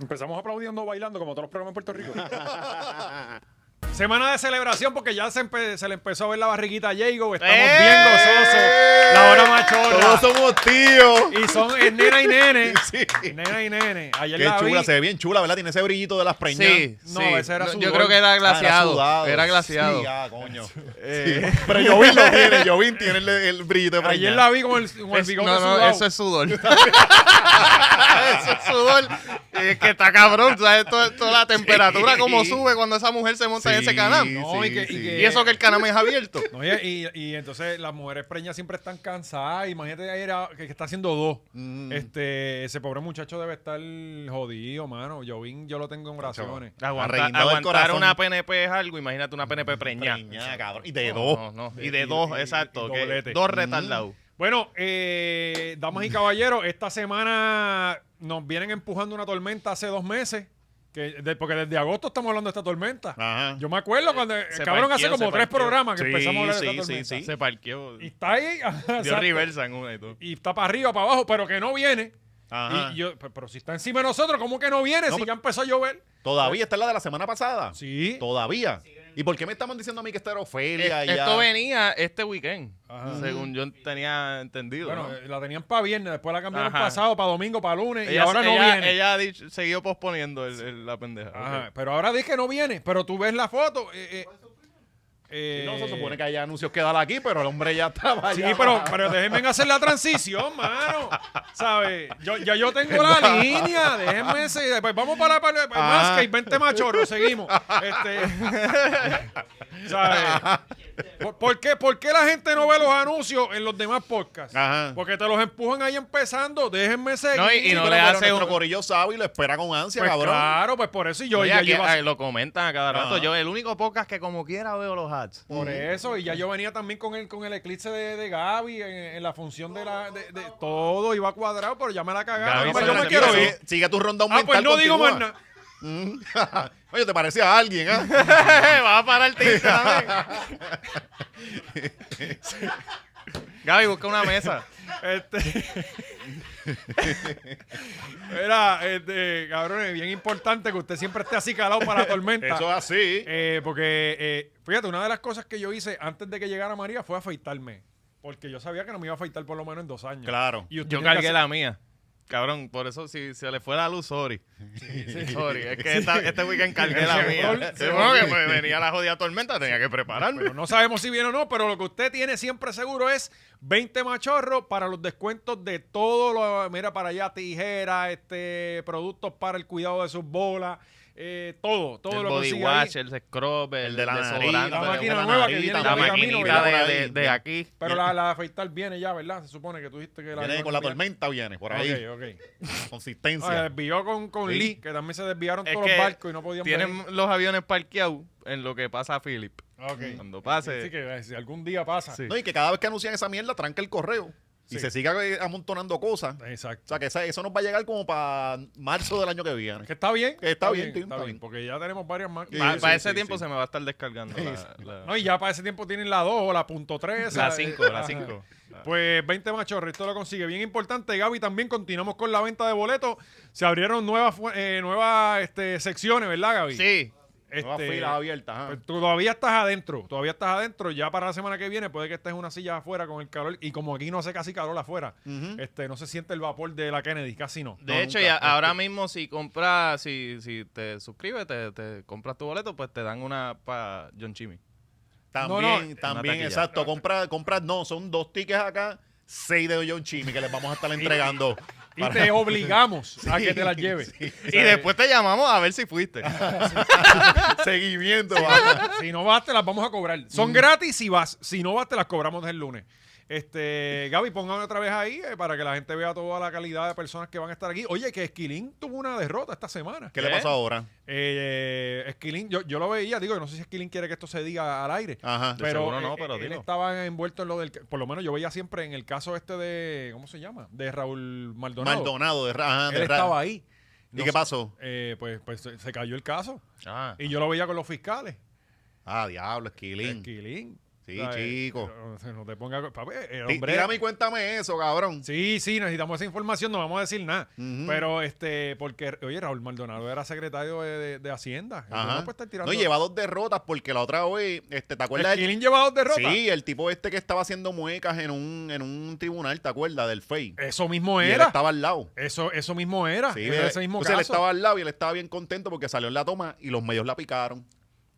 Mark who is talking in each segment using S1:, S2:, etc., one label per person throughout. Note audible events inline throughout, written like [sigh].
S1: Empezamos aplaudiendo, bailando, como todos los programas en Puerto Rico. [laughs] Semana de celebración porque ya se, empe- se le empezó a ver la barriguita a Jago. Estamos
S2: ¡Eh!
S1: bien gozosos. La hora machona.
S2: Todos somos tíos.
S1: Y son es nena y nene.
S2: [laughs] Sí.
S1: Nena y nene. Ayer
S2: Qué
S1: la vi.
S2: chula, se ve bien chula, ¿verdad? Tiene ese brillito de las preñas.
S3: Sí,
S1: No,
S3: sí.
S1: ese era
S3: No,
S1: sudor.
S3: Yo creo que era
S2: Ah,
S3: glaciado.
S2: sudado.
S3: era glaciado.
S2: Sí, ah, coño. Sí. Pero Jovin lo tiene, Jovin tiene el, el brillito de preña.
S1: Ayer la vi con el, con el
S3: Es-
S1: bigote
S3: no, no,
S1: sudado.
S3: eso es sudor. eso es sudor. Y es que está cabrón, ¿sabes? Toda, toda la temperatura como sube cuando esa mujer se monta en
S2: Sí,
S3: ese canal.
S1: No, y que- y que-
S3: Y eso que el canal es abierto.
S1: No, oye, y, y entonces las mujeres preñas siempre están cansadas. Imagínate ahí era, que, que está haciendo dos.
S2: Mm.
S1: Este, ese pobre muchacho debe estar jodido, mano. Jovín, yo lo tengo en oraciones.
S3: Aguanta-
S2: Arreguindado el
S3: aguantar
S2: corazón.
S3: una PNP es algo, imagínate una PNP preñada. Oh.
S2: Preña, cabrón. Y de dos.
S3: No, no, Y
S1: Y-
S3: de dos,
S1: y-
S3: exacto.
S1: y
S3: que
S1: doblete.
S3: dos retardados.
S1: Bueno, eh, damas y caballeros, esta semana nos vienen empujando una tormenta hace dos meses. Que de- porque desde agosto estamos hablando de esta tormenta.
S2: Ajá.
S1: Yo me acuerdo cuando,
S3: Ah. se
S1: cabrón, hace
S3: parqueó,
S1: como
S3: se
S1: tres
S3: parqueó.
S1: programas que
S2: Sí,
S1: empezamos a hablar de
S2: sí,
S1: esta
S2: sí,
S1: tormenta.
S2: sí.
S3: Se parqueó.
S1: Y está ahí. [laughs]
S3: Dio
S1: exacto,
S3: reversa en una y todo.
S1: y está para arriba, para abajo, pero que no viene.
S2: Ajá.
S1: Y yo, pe- pero si está encima de nosotros, ¿cómo que no viene?
S2: No,
S1: si
S2: pero-
S1: ya empezó a llover.
S2: Todavía está la de la semana pasada.
S1: Sí.
S2: Todavía. ¿Y por qué me estaban diciendo a mí que esta era Ofelia? y
S3: Eh, Esto
S2: ya?
S3: venía este weekend,
S1: Ajá.
S3: según yo tenía entendido.
S1: Bueno,
S3: ¿no?
S1: eh, la tenían para viernes, después la cambiaron
S3: Ajá.
S1: para sábado, para domingo, para lunes, y
S3: Ella,
S1: ahora no
S3: ella-
S1: viene.
S3: ella ha dicho- seguido posponiendo el- el- la pendeja.
S1: Ajá,
S3: Ok.
S1: Pero ahora dice que no viene, pero tú ves la foto. eh, eh, eh,
S2: No se supone que haya anuncios que dar aquí, pero el hombre ya estaba
S1: Sí,
S2: allá.
S1: pero, pero déjenme hacer la transición, mano. ¿Sabes? Yo, ya yo tengo la línea. Déjenme ese. Después vamos para, para, para
S2: Ah.
S1: más que 20 machorros. Seguimos. Este, ¿Sabes? ¿Por, por qué, por qué la gente no ve los anuncios en los demás podcasts?
S2: Ajá.
S1: Porque te los empujan ahí empezando. Déjenme seguir.
S3: No, y- y
S2: Sí,
S3: no
S2: pero-
S3: le
S2: pero
S3: hace
S2: nuestro
S3: un-
S2: corillo sabe y lo espera con ansia,
S1: Pues
S2: cabrón.
S1: claro, pues por eso y yo
S3: Oye,
S1: ya
S3: aquí,
S1: llevo
S3: ay, lo comentan a cada rato.
S2: Ajá.
S3: Yo, el único podcast que como quiera veo los ads.
S1: [laughs] Por eso, y ya yo venía también con el, con el eclipse de, de Gaby en, en la función de la. De, de- todo iba cuadrado, pero ya me la
S3: Gaby
S1: cagaron.
S3: se
S1: Pues yo
S3: la
S1: me
S3: quiero
S1: quiero
S2: Sigue-
S1: ir.
S2: Sigue tu ronda
S1: Ah,
S2: mental.
S1: pues no digo más nada.
S2: nada. [laughs] Oye, te parecía a alguien, ¿ah?
S1: [laughs]
S3: Va a parar el tigre también. [laughs] Gaby, busca una
S1: [laughs]
S3: mesa.
S1: Este. Era, este, cabrones, bien importante que usted siempre esté así calado para la tormenta.
S2: Eso es así.
S1: Eh, porque, eh, fíjate, una de las cosas que yo hice antes de que llegara María fue afeitarme. Porque yo sabía que no me iba a afeitar por lo menos en dos años.
S2: Claro.
S1: Y usted
S3: Yo
S1: tiene que
S3: cargué
S1: hacer-
S3: la mía. Cabrón, por eso si se le fue la luz, sorry. Sorry, es que esta- este weekend cargué la mía.
S1: Sí.
S3: Sí, bueno, que me venía la jodida tormenta, tenía que prepararme.
S1: Pero no sabemos si viene o no, pero lo que usted tiene siempre seguro es 20 machorros para los descuentos de todo lo, mira para allá, tijeras, este, productos para el cuidado de sus bolas, eh, todo, todo
S3: el
S1: lo
S3: body
S1: consigue
S3: wash,
S1: ahí.
S3: el scrub, el,
S2: El de la nariz.
S3: desodorante,
S1: La máquina
S3: el-
S1: nueva que viene
S3: la
S1: con el camino,
S3: maquinita de,
S2: viene por
S3: de-
S2: ahí.
S3: de aquí.
S1: Pero la, la de afeitar viene ya, ¿verdad? Se supone que tú dijiste que la
S2: Viene
S1: iban
S2: con la
S1: a cambiar.
S2: tormenta, viene, por ahí.
S1: Ok, ok. Ah, se
S2: Consistencia.
S1: desvió con, con
S2: Sí.
S1: Lee, que también se desviaron
S3: Es
S1: todos
S3: que
S1: los barcos y no podían
S3: Tienen
S1: venir.
S3: los aviones parqueados en lo que pasa a Philip.
S1: Ok.
S3: Cuando pase.
S1: Así que eh, si algún día pasa.
S3: Sí.
S2: No, y que cada vez que anuncian esa mierda, tranca el correo.
S1: Sí.
S2: Y se siga eh, amontonando cosas. O
S1: Exacto.
S2: sea, que esa- eso nos va a llegar como para marzo del año que viene.
S1: Que está bien.
S2: Que está bien, Tim, está bien.
S1: Porque ya tenemos varias más.
S2: Sí,
S3: Pa-
S2: sí,
S3: para ese
S2: sí,
S3: tiempo
S2: sí.
S3: se me va a estar descargando la- la,
S1: No, y ya para ese tiempo tienen la 2 o la punto eh, 3.
S3: la 5, la 5.
S1: Pues 20 machorros, esto lo consigue. Bien importante, Gaby, también continuamos con la venta de boletos. Se abrieron nuevas, fu- eh, nuevas este, secciones, ¿verdad, Gaby?
S3: Sí.
S1: Este,
S2: Nuevas filas abiertas. ah. ajá.
S1: pues, tú todavía estás adentro, todavía estás adentro. Ya para la semana que viene puede que estés en una silla afuera con el calor. Y como aquí no hace casi calor afuera, este, no se siente el vapor de la Kennedy, casi no.
S3: De
S2: No,
S3: hecho,
S2: nunca.
S3: ya, ahora mismo si compras, si, si te suscribes, te, te compras tu boleto, pues te dan una para John Chimmy.
S2: También,
S1: No, no,
S2: también,
S3: una taquilla.
S2: exacto. Compra, compra, no, son dos tickets acá, seis de John Chimmy que les vamos
S1: [laughs]
S2: a estar entregando.
S1: Y
S2: [laughs] para-
S1: te obligamos a que te las lleves.
S3: Y después te llamamos a ver si fuiste.
S2: Seguimiento. Ah, va.
S1: [laughs] si no vas, te las vamos a cobrar. Son gratis si vas. Si no vas, te las cobramos el lunes. Este, Gaby, pónganlo otra vez ahí eh, para que la gente vea toda la calidad de personas que van a estar aquí. Oye, que Esquilín tuvo una derrota esta semana.
S2: ¿Qué le
S3: ¿Qué?
S2: pasó ahora?
S1: Eh, Esquilín, yo, yo lo veía, digo, yo no sé si Esquilín quiere que esto se diga al aire.
S2: Ajá.
S3: De
S1: Pero,
S3: seguro no,
S1: eh,
S3: pero
S1: él
S3: dilo.
S1: estaba envuelto en lo del... Por lo menos yo veía siempre en el caso este de... ¿Cómo se llama? De Raúl Maldonado.
S2: Maldonado de Ra. ajá, de
S1: Él
S2: Ra.
S1: estaba ahí.
S2: ¿Y
S1: No
S2: qué
S1: sé,
S2: pasó?
S1: eh, pues pues se, se cayó el caso.
S3: Ah.
S1: Y yo lo veía con los fiscales.
S2: Ah, diablo, Esquilín.
S1: Esquilín.
S2: Sí,
S1: ¿sabes?
S2: chico.
S1: eh, No, no te pongas. papi, el
S2: Tí-
S1: hombre-
S2: Tírame y cuéntame eso, cabrón.
S1: Sí, sí, necesitamos esa información, no vamos a decir nada.
S2: Ujú.
S1: Pero, este, porque, oye, Raúl Maldonado era secretario de, de- de Hacienda. Él
S2: Ajá.
S1: No puede estar tirando.
S2: No, lleva dos derrotas porque la otra hoy, este, ¿te acuerdas? del-
S1: Esquilín lleva dos derrotas.
S2: Sí, el tipo este que estaba haciendo muecas en un, en un tribunal, ¿te acuerdas? Del FEI.
S1: Eso mismo
S2: Y él
S1: era.
S2: estaba al lado.
S1: Eso, eso mismo era.
S2: Sí,
S1: era
S2: él-
S1: ese mismo
S2: entonces él
S1: caso.
S2: estaba al lado y él estaba bien contento porque salió en la toma y los medios la picaron.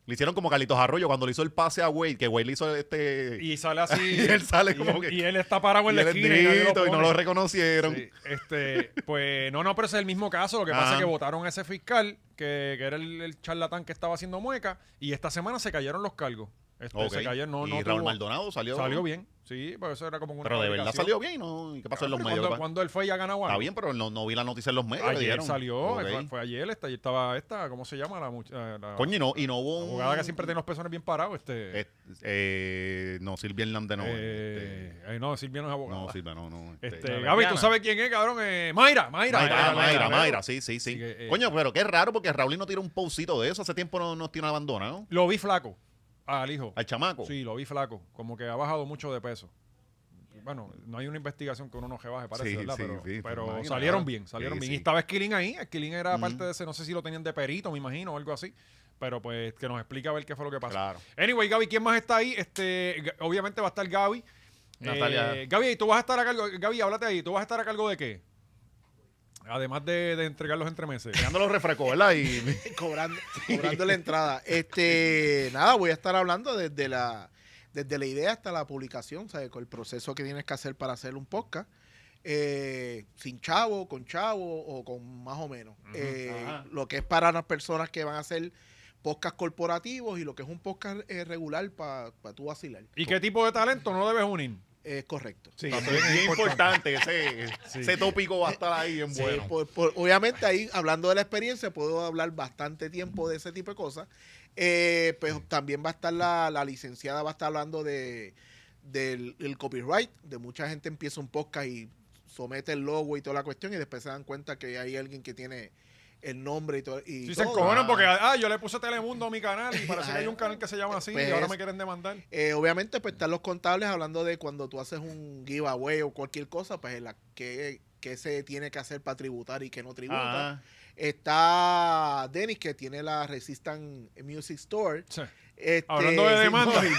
S2: Le hicieron como Carlitos Arroyo cuando le hizo el pase a Wade, que Wade le hizo este...
S1: Y sale así.
S2: [laughs] Y él sale
S1: y
S2: como
S1: él-
S2: que-
S1: Y él está parado en
S2: y
S1: la
S2: él es
S1: esquina. y nadie
S2: negrito y no
S1: pone.
S2: lo reconocieron.
S1: Sí, este, pues no, no, pero ese es el mismo caso. Lo que pasa
S2: Ajá.
S1: es que votaron a ese fiscal, que, que era el, el charlatán que estaba haciendo mueca, y esta semana se cayeron los cargos. Este,
S2: Ok.
S1: Se cayeron, no,
S2: y
S1: no
S2: Raúl
S1: tuvo-
S2: Maldonado salió...
S1: Salió bien, sí, pero eso era como una.
S2: Pero de verdad
S1: fabricación.
S2: salió bien, ¿no? ¿Y qué pasó en los
S1: Pero
S2: medios?
S1: Cuando,
S2: pa?
S1: cuando él fue y ha ganado
S2: Está
S1: algo.
S2: bien, pero no, no vi la noticia en los medios.
S1: Ayer
S2: dijeron.
S1: salió,
S2: Ok.
S1: fue, fue ayer, esta- ayer estaba esta, ¿cómo se llama? La, much- eh, la-
S2: Coño, y no, y no hubo
S1: la
S2: un-
S1: abogada que siempre tiene los pezones bien parados. Este,
S2: Eh, eh, no, Silvia Hernández no.
S1: eh,
S2: este,
S1: ay, no, Silvia no es abogada.
S2: no, Silvia, no, no. este,
S1: Este,
S2: Mayra,
S1: Gaby, ¿tú
S4: Mariana.
S1: sabes quién es, cabrón? Eh, Mayra, Mayra.
S2: Mayra, Mayra, Mayra, sí, sí, sí.
S1: Así que, eh,
S2: Coño, pero qué raro porque Raúl no tira un pausito de eso. Hace tiempo no nos tiene abandonado.
S1: Lo vi flaco al hijo.
S2: Al chamaco.
S1: Sí, lo vi flaco. Como que ha bajado mucho de peso. Bueno, no hay una investigación que uno no rebaje, parece,
S2: Sí,
S1: ¿verdad?
S2: sí,
S1: pero
S2: sí, te
S1: pero
S2: imaginas,
S1: salieron
S2: claro.
S1: bien, salieron
S2: Sí,
S1: bien. Y
S2: sí.
S1: estaba Skilling ahí. Skilling era
S2: Ujú.
S1: parte de ese, no sé si lo tenían de perito, me imagino, o algo así. Pero pues que nos explica a ver qué fue lo que pasó.
S2: Claro.
S1: Anyway, Gaby, ¿quién más está ahí? Este, G- obviamente va a estar Gaby.
S2: Natalia.
S1: Eh, Gaby, ¿y ¿tú vas a estar a cargo? Gaby, háblate ahí. ¿Tú vas a estar a cargo de qué? Además de, de entregar los entremeses.
S2: [laughs] Llegando los refrescos, ¿verdad? Y
S5: cobrando, cobrando la entrada. Este, nada, voy a estar hablando desde la, desde la idea hasta la publicación, ¿sabes? Con el proceso que tienes que hacer para hacer un podcast. eh, sin chavo, con chavo o con más o menos. Eh,
S2: ajá.
S5: lo que es para las personas que van a hacer podcast corporativos y lo que es un podcast eh, regular para tú vacilar.
S1: ¿Y qué tipo de talento no debes unir?
S5: Es correcto.
S1: Sí,
S2: Entonces, es bien importante. Ese,
S1: Sí. pues,
S2: ese tópico va a estar ahí bien
S5: Sí,
S2: bueno.
S5: Este, por- por- obviamente ahí, hablando de la experiencia, puedo hablar bastante tiempo de ese tipo de cosas. Eh, pero también va a estar la, la licenciada, va a estar hablando de del el copyright, de mucha gente empieza un podcast y somete el logo y toda la cuestión y después se dan cuenta que hay alguien que tiene el nombre y todo. Y
S1: Si se
S5: todo.
S1: encojonan porque, ah, yo le puse Telemundo a mi canal y parece que
S5: [laughs]
S1: hay un canal que se llama así y
S5: Pues-
S1: ahora me quieren demandar.
S5: Eh, obviamente, pues están los contables hablando de cuando tú haces un giveaway o cualquier cosa, pues en la que, que se tiene que hacer para tributar y que no
S1: Ah,
S5: tributa.
S2: Ajá.
S5: Está Dennis, que tiene la Resistant Music Store.
S1: Sí.
S5: Este,
S1: Hablando de demanda. [laughs]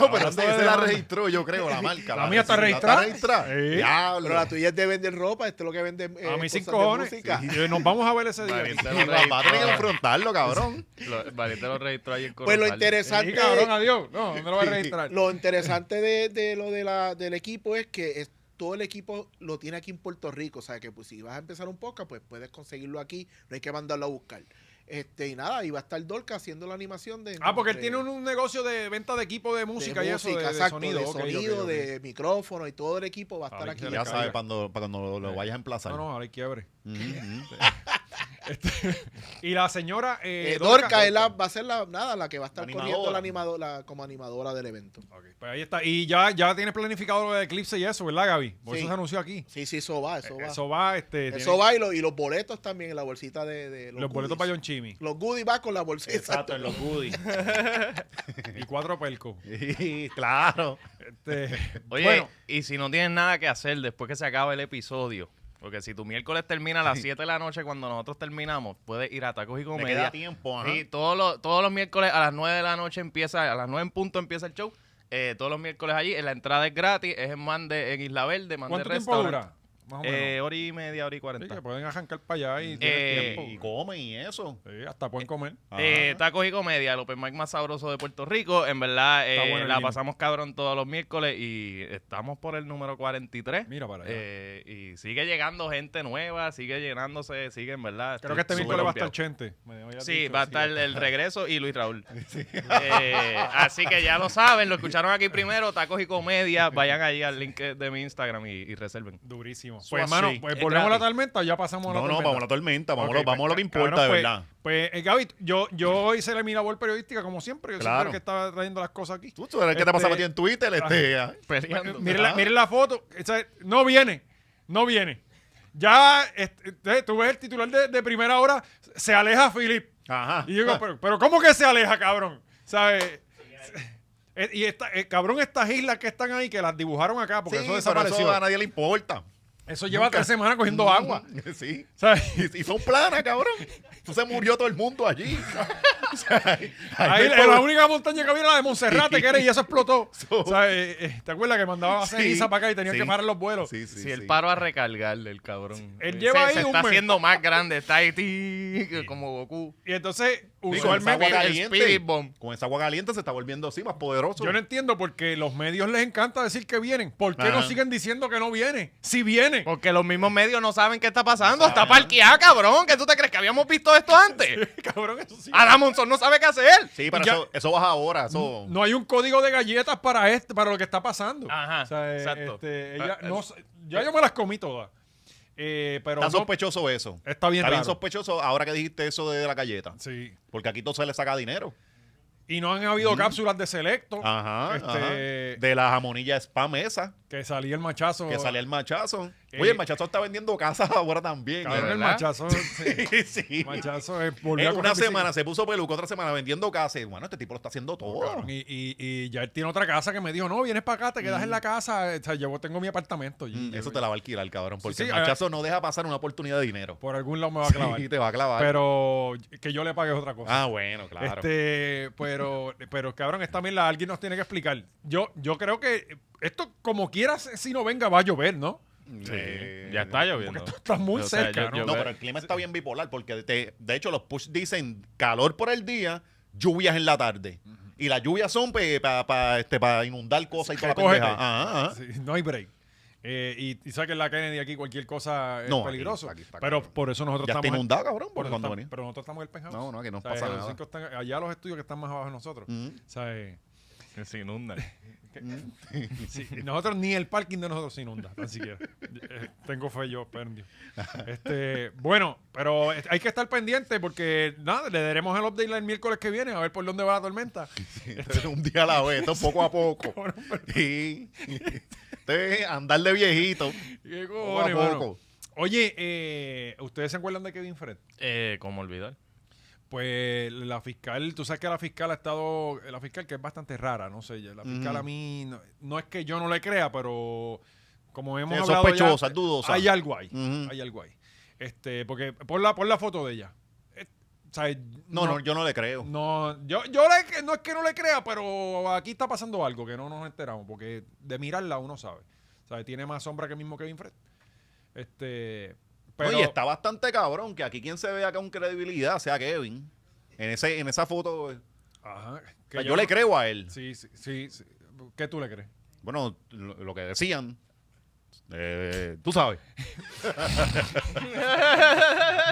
S2: No, pero
S1: Hablando
S2: esa
S1: de
S2: la
S1: demanda.
S2: registró, yo creo, la marca.
S1: La mía está
S2: registrada.
S1: registrada.
S2: ¿Está
S1: Sí.
S2: registrada? Diablo.
S5: Pero
S2: [laughs]
S5: la tuya es de vender ropa, este es lo que vende. eh,
S1: a mí
S5: cosas
S1: sin
S5: de
S1: cojones.
S5: música.
S1: Y nos vamos a ver ese día.
S2: Valiente lo registró. Va a tener que confrontarlo, cabrón.
S3: Lo- Valiente lo registró ahí en
S5: Pues lo
S3: Corozal.
S5: interesante,
S1: Sí, cabrón, adiós. No, no me lo voy a registrar.
S5: lo interesante de, de lo de la, del equipo es que es- todo el equipo lo tiene aquí en Puerto Rico. O sea, que pues, si vas a empezar un podcast, pues puedes conseguirlo aquí. No hay que mandarlo a buscar. Este, y nada, y va a estar Dolca haciendo la animación de.
S1: Ah, porque él
S5: de-
S1: tiene un, un negocio de venta de equipo de
S5: de
S1: música y eso, de,
S5: música,
S1: de
S5: exacto,
S1: sonido.
S5: de,
S1: Ok, ok,
S5: sonido,
S1: ok.
S5: de micrófono y todo el equipo va a
S1: Ah,
S5: estar
S1: bien,
S5: aquí.
S1: [laughs] se le
S2: Ya
S1: caiga.
S2: sabes, cuando, para cuando lo, lo vayas a emplazar.
S1: No, no, ahora hay quiebre.
S2: Ujú,
S1: [laughs]
S2: ujú.
S1: Y la señora... Eh,
S5: Eh,
S1: Dorca-
S5: Dorca es la- va a ser la, nada, la que va a estar
S2: Animadora.
S5: corriendo la animadora, la- como animadora del evento.
S1: Ok, pues ahí está. Y ya, ya tienes planificado lo de Eclipse y eso, ¿verdad, Gaby? Por
S5: Sí.
S1: eso se anunció aquí.
S5: Sí, sí, eso va, eso va. Eso,
S1: Eso va, este... tiene-
S5: va y, lo- y los boletos también en la bolsita de, de
S1: Los boletos para
S5: goodies.
S1: John Chimmy.
S5: Los goodies va con la bolsita.
S3: Exacto, en los goodies.
S1: Y cuatro pelcos.
S2: [laughs] Sí, claro.
S1: Este,
S3: Oye,
S1: bueno,
S3: y si no tienes nada que hacer después que se acabe el episodio, porque si tu miércoles termina a las 7 de la noche cuando nosotros terminamos, puedes ir a Tacos y
S2: Me queda
S3: Comedia.
S2: tiempo, ajá.
S3: Sí, todos los, todos los miércoles a las 9 de la noche empieza, a las 9 en punto empieza el show. Eh, todos los miércoles allí, eh, la entrada es gratis, es en Mande, en Isla Verde, Mande
S1: ¿cuánto tiempo
S3: Restaurant.
S1: dura? Más o menos.
S3: Eh, hora y media, hora y
S1: Sí,
S3: cuarenta.
S1: que pueden arrancar para allá y
S3: Eh,
S1: tienen
S2: y
S1: tiempo.
S2: come y eso.
S1: Sí, hasta pueden comer.
S2: Ajá.
S3: Eh, tacos y comedia, el open mic más sabroso de Puerto Rico. En verdad,
S1: Está
S3: eh,
S1: bueno el
S3: la
S1: menú.
S3: pasamos cabrón todos los miércoles y estamos por el número 43.
S1: Mira para allá.
S3: Eh, y sigue llegando gente nueva, sigue llenándose, sigue en verdad.
S1: Creo que este
S3: estoy
S1: miércoles
S3: súper
S1: va a estar
S3: pompeado.
S1: Chente. Me había
S3: Sí,
S1: dicho,
S3: va a estar el regreso y
S1: [laughs]
S3: Luis Raúl. Eh, así que ya lo saben, lo escucharon aquí primero, tacos y comedia. Vayan allí al link de mi Instagram y, y reserven.
S1: Durísimo. Pues,
S2: Eso
S1: hermano,
S2: así.
S1: pues,
S3: Es
S1: volvemos a la
S3: gratis.
S1: tormenta o ya pasamos a la
S2: No, no,
S1: tormenta.
S2: vamos a la tormenta, vamos, a lo-
S1: Ok,
S2: vamos a lo
S1: pues,
S2: que importa,
S1: cabrón,
S2: de
S1: pues,
S2: verdad.
S1: Pues, eh, Gaby, yo, yo hice la- mi labor periodística como siempre. Yo
S2: Claro.
S1: siempre el que estaba trayendo las cosas aquí.
S2: Tú, tú eres el que te
S1: Este-
S2: pasa metido en Twitter, este. ah.
S1: pues,
S3: Peleando.
S1: Miren la, miren la foto. Esa- no viene. No viene. Ya, este, tú ves el titular de, de primera hora, se aleja Philip.
S2: Ajá. Ah.
S1: Y yo digo, pero, pero ¿cómo que se aleja, cabrón? ¿Sabes? Eh, Y esta, eh, cabrón, estas islas que están ahí, que las dibujaron acá, porque
S2: Sí,
S1: eso
S2: pero
S1: desapareció.
S2: a nadie le importa.
S1: Eso lleva tres semanas cogiendo agua.
S2: [laughs] Sí.
S1: ¿Sabes?
S2: Y, y son planas, cabrón. Entonces murió todo el mundo allí. O sea, ahí- [laughs] ahí
S1: Ahí, la-
S2: no hay
S1: la
S2: pobre-
S1: única montaña que había era la de Monserrate, que era, y eso explotó.
S2: [laughs] So-
S1: ¿Sabes? Eh, eh, ¿Te acuerdas que mandaban a hacer
S2: Sí,
S1: para acá y tenían
S2: sí.
S1: que parar los vuelos?
S2: Sí, sí,
S3: si él
S2: sí.
S3: paro a recargarle, el cabrón.
S1: Él
S3: Se-
S1: lleva
S3: se,
S1: ahí un
S3: está
S1: mes.
S3: haciendo más grande, está ahí, tí, como Goku.
S1: Y entonces,
S2: Sí, con esa
S1: usualmente,
S2: agua
S3: el Spirit
S2: caliente.
S3: Bomb.
S2: Con esa agua caliente se está volviendo así más poderoso.
S1: yo no entiendo porque los medios les encanta decir que vienen. ¿Por qué no
S2: Ajá.
S1: siguen diciendo que no viene? Si viene.
S3: Porque los mismos medios no saben qué está pasando. Está parqueado, cabrón. ¿Qué tú te crees que habíamos visto esto antes?
S1: [laughs] Cabrón, eso sí.
S3: Adamonson no sabe qué hacer.
S2: Sí, pero
S1: Ya-
S2: eso, eso baja ahora. Eso...
S1: No hay un código de galletas para este, para lo que está pasando.
S3: Ajá,
S1: O sea, eh,
S3: exacto.
S1: este, ella-
S2: eh,
S3: Ah,
S1: no sé- ya yo me las comí todas. Eh, pero
S2: Está
S1: no-
S2: sospechoso eso.
S1: está bien
S2: Está bien
S1: raro.
S2: sospechoso ahora que dijiste eso de la galleta.
S1: Sí.
S2: Porque aquí todo se le saca dinero.
S1: Y no han habido cápsulas de selecto.
S2: Ajá,
S1: Este,
S2: ajá. De la jamonilla spam esa,
S1: Que salía el machazo.
S2: que sale el machazo.
S1: Oh. Eh.
S2: Oye, el machazo está vendiendo casas ahora también.
S1: Cabrón, el
S3: ¿verdad?
S1: machazo. sí.
S2: Sí, [laughs] sí.
S1: machazo es
S2: Eh,
S1: volver a
S2: una
S1: coger
S2: semana se puso peluco, otra semana vendiendo casas. Y bueno, este tipo lo está haciendo todo.
S1: bicicleta. Y, y- y ya él tiene otra casa que me dijo, no, vienes para acá, te quedas en la casa. eh, O sea, yo tengo mi apartamento. y-
S2: Mm,
S1: y-
S2: eso te la va a alquilar, cabrón. Porque
S1: sí,
S2: el
S1: a ver.
S2: machazo no deja pasar una oportunidad de dinero.
S1: Por algún lado me va a clavar.
S2: Sí, te va a clavar.
S1: pero que yo le pague es otra cosa.
S2: ah, bueno, claro.
S1: Este,
S3: [laughs]
S1: pero, pero cabrón, esta mierda alguien nos tiene que explicar. Yo, yo creo que esto, como quieras, si no venga, va a llover, ¿no?
S2: Eh,
S3: Ya está lloviendo.
S1: Porque tú estás muy
S3: O sea,
S1: cerca,
S3: yo- yo-
S1: ¿no?
S2: No, pero el clima está bien bipolar porque te- de hecho los push dicen calor por el día, lluvias en la tarde. Y las lluvias son para este, pa inundar cosas y toda la
S1: Recógete.
S2: pendeja. Ah, Ajá,
S3: ¿Ah?
S2: ajá.
S1: Sí, no hay break. Eh, y, y sabes que en la Kennedy aquí cualquier cosa es
S2: No, aquí-
S1: peligroso.
S2: aquí está
S1: pero
S2: cabrón.
S1: por eso nosotros
S2: Ya está
S1: estamos. en-
S2: inundado, cabrón, por
S1: por eso
S2: cuando
S1: estamos-
S2: venía.
S1: pero nosotros estamos en el penthouse.
S2: No, no, que no
S1: O sea,
S2: pasa
S1: los
S2: nada.
S1: cinco están allá los estudios que están más abajo de nosotros.
S2: Mm.
S1: O sea, eh,
S2: [laughs]
S3: Se inunda.
S1: sí, nosotros ni el parking de nosotros se inunda, tan siquiera. Eh, tengo fe yo, perdió. Este, bueno, pero eh, hay que estar pendiente porque nada, le daremos el update el miércoles que viene a ver por dónde va la tormenta.
S2: [laughs] Entonces, un día a la vez, esto poco
S1: [laughs]
S2: a poco. Sí. Entonces, andar de viejito.
S1: Qué
S2: Poco a
S1: cojones, mano.
S2: poco.
S1: Oye, eh, ¿ustedes se acuerdan de Kevin Fred?
S3: Eh, ¿Cómo olvidar?
S1: Pues la fiscal, tú sabes que la fiscal ha estado, la fiscal que es bastante rara, no sé, ya, la fiscal a mí, no, no es que yo no le crea, pero como hemos
S2: Es
S1: hablado ya,
S2: sospechosa, es dudosa.
S1: Hay algo ahí,
S2: Ujú.
S1: hay algo ahí. Este, porque, por la, por la foto de ella. Eh, o sea,
S2: No, no, yo no le creo.
S1: no, yo, yo le- no es que no le crea, pero aquí está pasando algo que no nos enteramos, porque de mirarla uno sabe. O sea, tiene más sombra que el mismo Kevin Fred. Este, pero...
S2: Oye, está bastante cabrón que aquí quien se vea con credibilidad sea Kevin. En, ese, en esa foto. o
S1: Ajá, que
S2: sea,
S1: yo
S2: Pues yo le
S1: no-
S2: creo a él.
S1: Sí, sí, sí, sí. ¿Qué tú le crees?
S2: Bueno, lo, lo que decían. eh, tú sabes.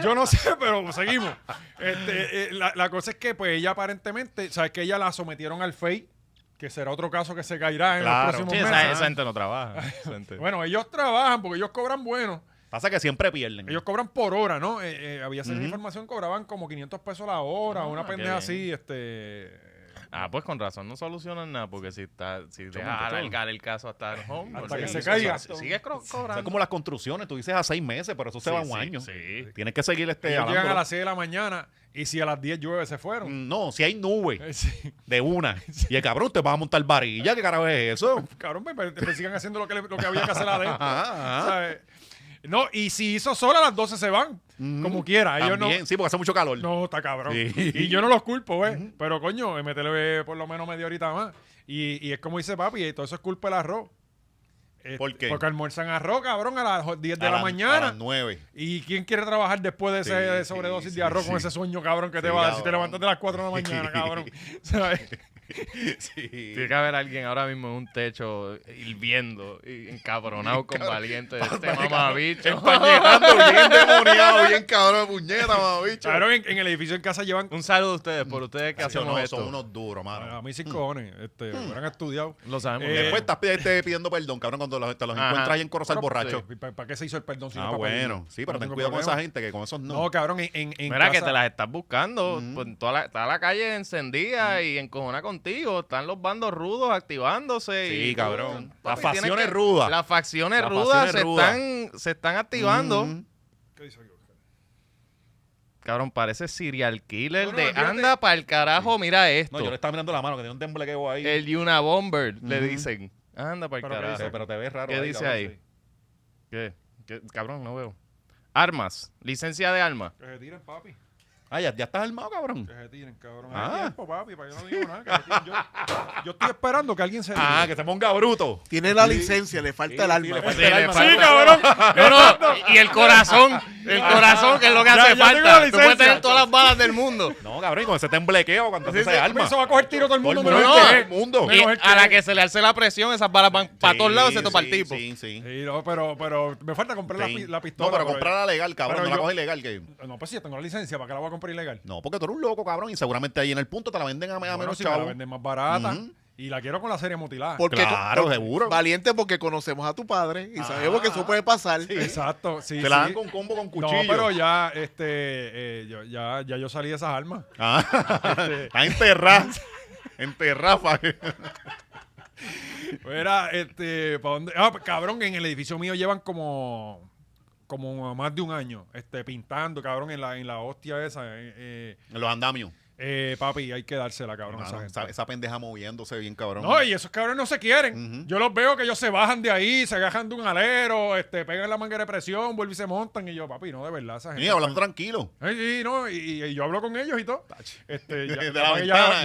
S1: Yo no [laughs] sé, pero seguimos. Este, eh, la, la cosa es que, pues, ella aparentemente, sabes que ella la sometieron al FEI, que será otro caso que se caerá en
S2: Claro.
S1: los próximos
S3: Sí,
S1: meses.
S3: esa, esa gente no trabaja. esa gente-
S1: [laughs] Bueno, ellos trabajan porque ellos cobran bueno.
S2: Pasa que siempre
S3: Mm.
S2: pierden.
S1: Ellos cobran por hora, ¿no? Eh, eh, había esa información, cobraban como 500 pesos la hora, una
S3: Ah, qué
S1: pendeja
S3: bien.
S1: así, este...
S3: Ah, pues con razón no solucionan nada, porque si está, si deja
S2: muchacho.
S3: alargar el caso hasta el home,
S1: Hasta que
S3: olvídate.
S1: se caiga.
S3: Si- Sigues cro-
S2: O sea,
S3: cobrando.
S2: como las construcciones, tú dices a seis meses, pero eso se
S3: Sí,
S2: va un
S3: sí,
S2: año.
S3: sí.
S2: Tienes que seguir este.
S1: ellos llegan
S2: hablando.
S1: a las 6 de la mañana y si a las 10 llueve se fueron.
S2: Mm, No, si hay nube
S1: Eh, [laughs] sí. [laughs]
S2: de una. Y el cabrón, te vas a montar varilla, ¿qué carajo es eso?
S1: Cabrón, pues, pero- pero sigan haciendo lo que, le- lo que había que hacer adentro.
S2: Ajá, ajá.
S1: ¿sabes? No, y si hizo sola, a las 12 se van. Como quiera. Ellos
S2: También, sí, porque hace mucho calor.
S1: no. No, está cabrón.
S2: Sí.
S1: Y yo no los culpo, ¿eh? Pero coño, eh, métele eh, por lo menos media horita más. Y, y es como dice papi, eh, todo eso es culpa del arroz. Este,
S2: ¿Por qué?
S1: Porque almuerzan arroz, cabrón, a las 10 de
S2: A
S1: la
S2: las- A
S1: mañana.
S2: las [laughs] nueve.
S1: ¿Y quién quiere trabajar después de ese
S2: Sí,
S1: de
S2: sí,
S1: sobredosis
S2: sí,
S1: de arroz con
S2: sí.
S1: ese sueño, cabrón, que te
S2: Sí,
S1: va a dar si te
S2: cabrón.
S1: levantas de las 4 de la
S2: [laughs]
S1: mañana, cabrón? ¿Sabes?
S2: Sí.
S3: Tiene que haber alguien ahora mismo en un techo hirviendo, y encabronado con valiente de este mamabicho.
S2: Empañetando, bien demoniado, bien cabrón de puñeta, mamabicho.
S1: Cabrón, en, en el edificio en casa llevan...
S3: [laughs] Un saludo a ustedes, por ustedes que
S2: Sí,
S3: hacemos
S2: no,
S3: esto.
S2: son unos duros,
S1: A
S2: mano.
S1: mí sí cojones, este,
S2: Mm.
S1: hubieran estudiado.
S3: Lo sabemos.
S1: Eh,
S3: bien.
S2: Después estás pi- este, pidiendo perdón, cabrón, cuando los- te los
S3: Ajá.
S2: encuentras ahí en Corozal
S1: Pero,
S2: borracho.
S1: sí, ¿Para, para qué se hizo el perdón? si no
S2: Ah,
S1: para pedir?
S2: bueno. Sí, pero
S1: No
S2: ten
S1: tengo
S2: cuidado con
S1: problema.
S2: esa gente, que con esos
S1: No,
S2: no.
S1: cabrón, en, en, en
S3: Mira que
S1: casa-
S3: te las estás buscando. pues, toda la, está la calle encendida y encojona contigo. Están los bandos rudos activándose.
S2: Sí,
S3: y,
S2: cabrón.
S3: Papi,
S2: Las
S3: tienes
S2: facciones
S3: que-
S2: rudas.
S3: Las facciones
S2: Las
S3: rudas
S2: facciones
S3: se,
S2: rudas. Mm-hmm.
S3: Están, se están activando.
S2: Mm.
S1: ¿Qué dice aquí?
S3: Cabrón, parece serial killer
S1: Bueno,
S3: de
S1: imagínate.
S3: anda para el carajo, mira esto.
S2: No, yo le estaba mirando la mano, que tenía un temblequeo ahí.
S3: el Yuna Bomber, le dicen. Anda para
S1: Pero
S3: el
S1: ¿qué
S3: carajo.
S2: Dice, pero te ves raro.
S3: ¿Qué dice
S2: cabrón,
S3: ahí?
S2: sí.
S3: ¿Qué? ¿Qué? Cabrón, no veo. Armas, licencia
S1: [laughs]
S3: de armas.
S1: Que se tiren, papi.
S2: Ah, ya, ya estás armado, cabrón.
S1: Que se tiren, cabrón.
S2: Ah.
S1: Hay tiempo, papi, para yo no digo nada. que se tiren. Yo, yo estoy esperando que alguien se
S2: Ah,
S1: tire.
S2: que se ponga bruto.
S5: [laughs] Tiene la licencia, le falta el alma.
S3: Sí, le falta- No, [laughs] no, y- y el corazón, el corazón que es lo que
S1: Ya- ya
S3: hace
S1: tengo la
S3: falta. Tú puedes
S1: licencia.
S3: tener todas las balas del mundo.
S2: No, cabrón, y con ese temblequeo, cuando hace ese alma.
S1: Eso va a coger tiro todo el
S2: Todo
S1: mundo.
S2: el
S1: menos
S2: mundo,
S1: este.
S2: todo el mundo.
S3: Y
S1: [laughs] Menos el
S3: a la
S1: que-
S3: que se le alce la presión, esas balas van para todos lados y se
S2: Sí,
S3: topa el
S2: sí,
S3: tipo.
S2: Sí, sí.
S1: Sí, no, pero, pero me falta comprar Eh, la
S2: Sí.
S1: pi- la, pistola.
S2: No, pero
S1: por
S2: comprarla legal, cabrón.
S1: Pero
S2: No la
S1: yo-
S2: coges legal, que.
S1: ahí. No, pues sí, yo tengo la licencia, ¿para qué la voy a comprar ilegal?
S2: No, porque tú eres un loco, cabrón, y seguramente ahí en el punto te la venden a, a
S1: Bueno,
S2: menos
S1: si me la
S2: chavo.
S1: venden más barata
S2: Ujú.
S1: y la quiero con la serie mutilada.
S5: Porque
S2: Claro, seguro.
S5: Valiente porque conocemos a tu padre y sabemos que eso puede pasar.
S1: Exacto, sí.
S2: te la
S1: sí.
S2: dan con combo con
S1: No,
S2: cuchillo.
S1: pero ya, este, eh, yo- ya, ya yo salí de esas armas.
S2: Ah, [laughs]
S1: Este-
S2: está enterrada. Enterrada, fa.
S1: Pues Era, este, ¿para dónde? Ah, pues, cabrón, en el edificio mío llevan como, como más de un año, este, pintando, cabrón, en la, en la hostia esa. eh, eh,
S2: En los andamios.
S1: eh, papi, hay que dársela, cabrón. a esa
S2: Mano,
S1: gente.
S2: esa, esa pendeja moviéndose bien, cabrón.
S1: No, y esos cabrones no se quieren.
S2: Ujú.
S1: Yo los veo que ellos se bajan de ahí, se agajan de un alero, este, pegan la manguera de presión, vuelven y se montan. Y yo, papi, no, de verdad, esa gente.
S2: Mira, hablando tranquilo.
S1: Ay, sí, no, y, y yo hablo con ellos y todo. Este,
S2: [laughs]
S1: ya, ya-
S2: De la
S1: ya-
S2: ventana,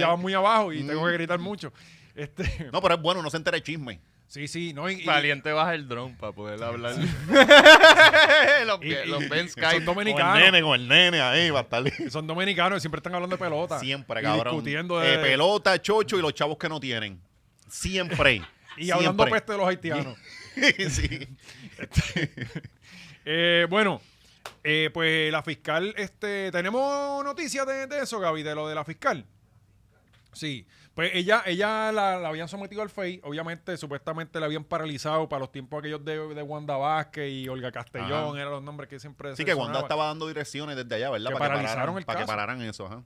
S1: ya
S2: eh.
S1: van muy abajo y
S2: Mm.
S1: tengo que gritar mucho. Este, [laughs]
S2: No, pero es bueno, no se entera el chisme.
S1: sí, sí, no, y, y-
S3: Valiente baja el dron para poder hablar. [laughs] los,
S1: Y- y-
S3: los ven Skype.
S1: son dominicanos.
S2: con el nene ahí, va a estar
S1: Son dominicanos y siempre están hablando de pelota.
S2: Siempre,
S1: Y
S2: cabrón.
S1: discutiendo de,
S2: Eh, pelota, chocho y los chavos que no tienen. Siempre.
S1: [laughs] Y hablando pues,
S2: Siempre.
S1: peste de los haitianos.
S2: [laughs] sí.
S1: [laughs] Eh, bueno, eh, pues la fiscal, este, tenemos noticias de, de eso, Gaby, de lo de la fiscal. Sí, pues ella, ella la, la habían sometido al FEI, obviamente, supuestamente la habían paralizado para los tiempos aquellos de, de Wanda Vázquez y Olga Castellón,
S2: Ajá.
S1: eran los nombres que siempre
S2: Sí,
S1: se
S2: que Wanda
S1: sonaban.
S2: estaba dando direcciones desde allá, ¿verdad?
S1: Que paralizaron
S2: pararan,
S1: el
S2: Para que
S1: caso.
S2: pararan eso, ajá.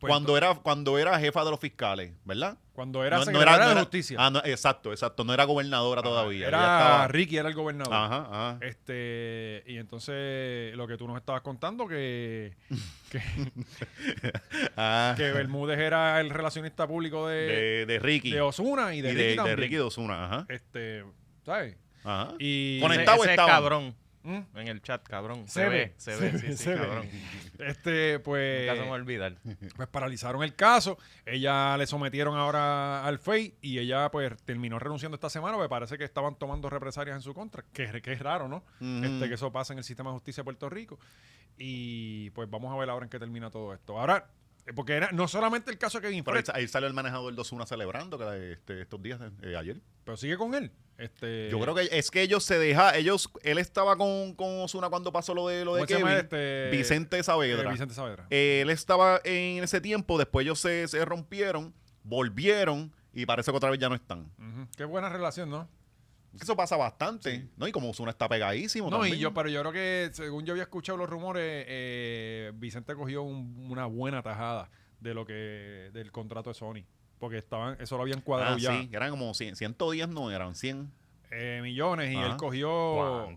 S1: Pues,
S2: cuando, era, cuando era jefa de los fiscales, ¿verdad?
S1: Cuando era
S2: No- no
S1: secretaria
S2: no
S1: de justicia. Ah,
S2: Ah, no, exacto, exacto. No era gobernadora todavía.
S1: era
S2: ella estaba-
S1: Ricky, era el gobernador.
S2: Ajá, ajá.
S1: Este, y entonces lo que tú nos estabas contando, que, que,
S2: Ah,
S1: Eh, que Bermúdez era el relacionista público de,
S2: de, de Ricky.
S1: de Osuna y
S2: y
S1: de
S2: de,
S1: Ricky
S2: de
S1: también.
S2: Ricky de Osuna, ajá.
S1: Este, ¿sabes?
S2: ajá.
S1: Y
S3: Ese-
S2: Conectado
S3: ese es
S2: estaban.
S3: cabrón.
S1: ¿Mm?
S3: En el chat, cabrón.
S1: Se
S3: Se, ve, se ve, sí, sí,
S1: se ve.
S3: cabrón.
S1: este, pues,
S3: Nunca se me va a olvidar.
S1: pues paralizaron el caso. Ella le sometieron ahora al FEI y ella pues terminó renunciando esta semana. Me parece que estaban tomando represalias en su contra. Que, que es raro, ¿no?
S2: Ujú.
S1: este, que eso pasa en el sistema de justicia de Puerto Rico. Y pues vamos a ver ahora en qué termina todo esto. Ahora, eh, porque era no solamente el caso de Kevin
S2: Pero ahí,
S1: Fred,
S2: sa- ahí salió el manejador de Osuna celebrando que la- este, estos días, eh, ayer.
S1: pero sigue con él. Este,
S2: Yo creo que es que ellos se deja, ellos, él estaba con, con Osuna cuando pasó lo de lo de
S1: ¿cómo se llama
S2: Kevin.
S1: este?
S2: Vicente
S1: Eh,
S2: Saavedra. Eh,
S1: Vicente Saavedra.
S2: Él estaba en ese tiempo, después ellos se, se rompieron, volvieron y parece que otra vez ya no están.
S1: Ujú. Qué buena relación, ¿no?
S2: Eso pasa bastante, ¿no? Y como Osuna está pegadísimo.
S1: No, y
S2: también.
S1: yo, pero yo creo que, según yo había escuchado los rumores, eh, Vicente cogió un- una buena tajada de lo que del contrato de Sony. Porque estaban, eso lo habían cuadrado
S2: Ah,
S1: ya.
S2: sí, eran como 100, 110, no eran 100.
S1: eh, millones. Y
S2: Ajá.
S1: él cogió. Oh.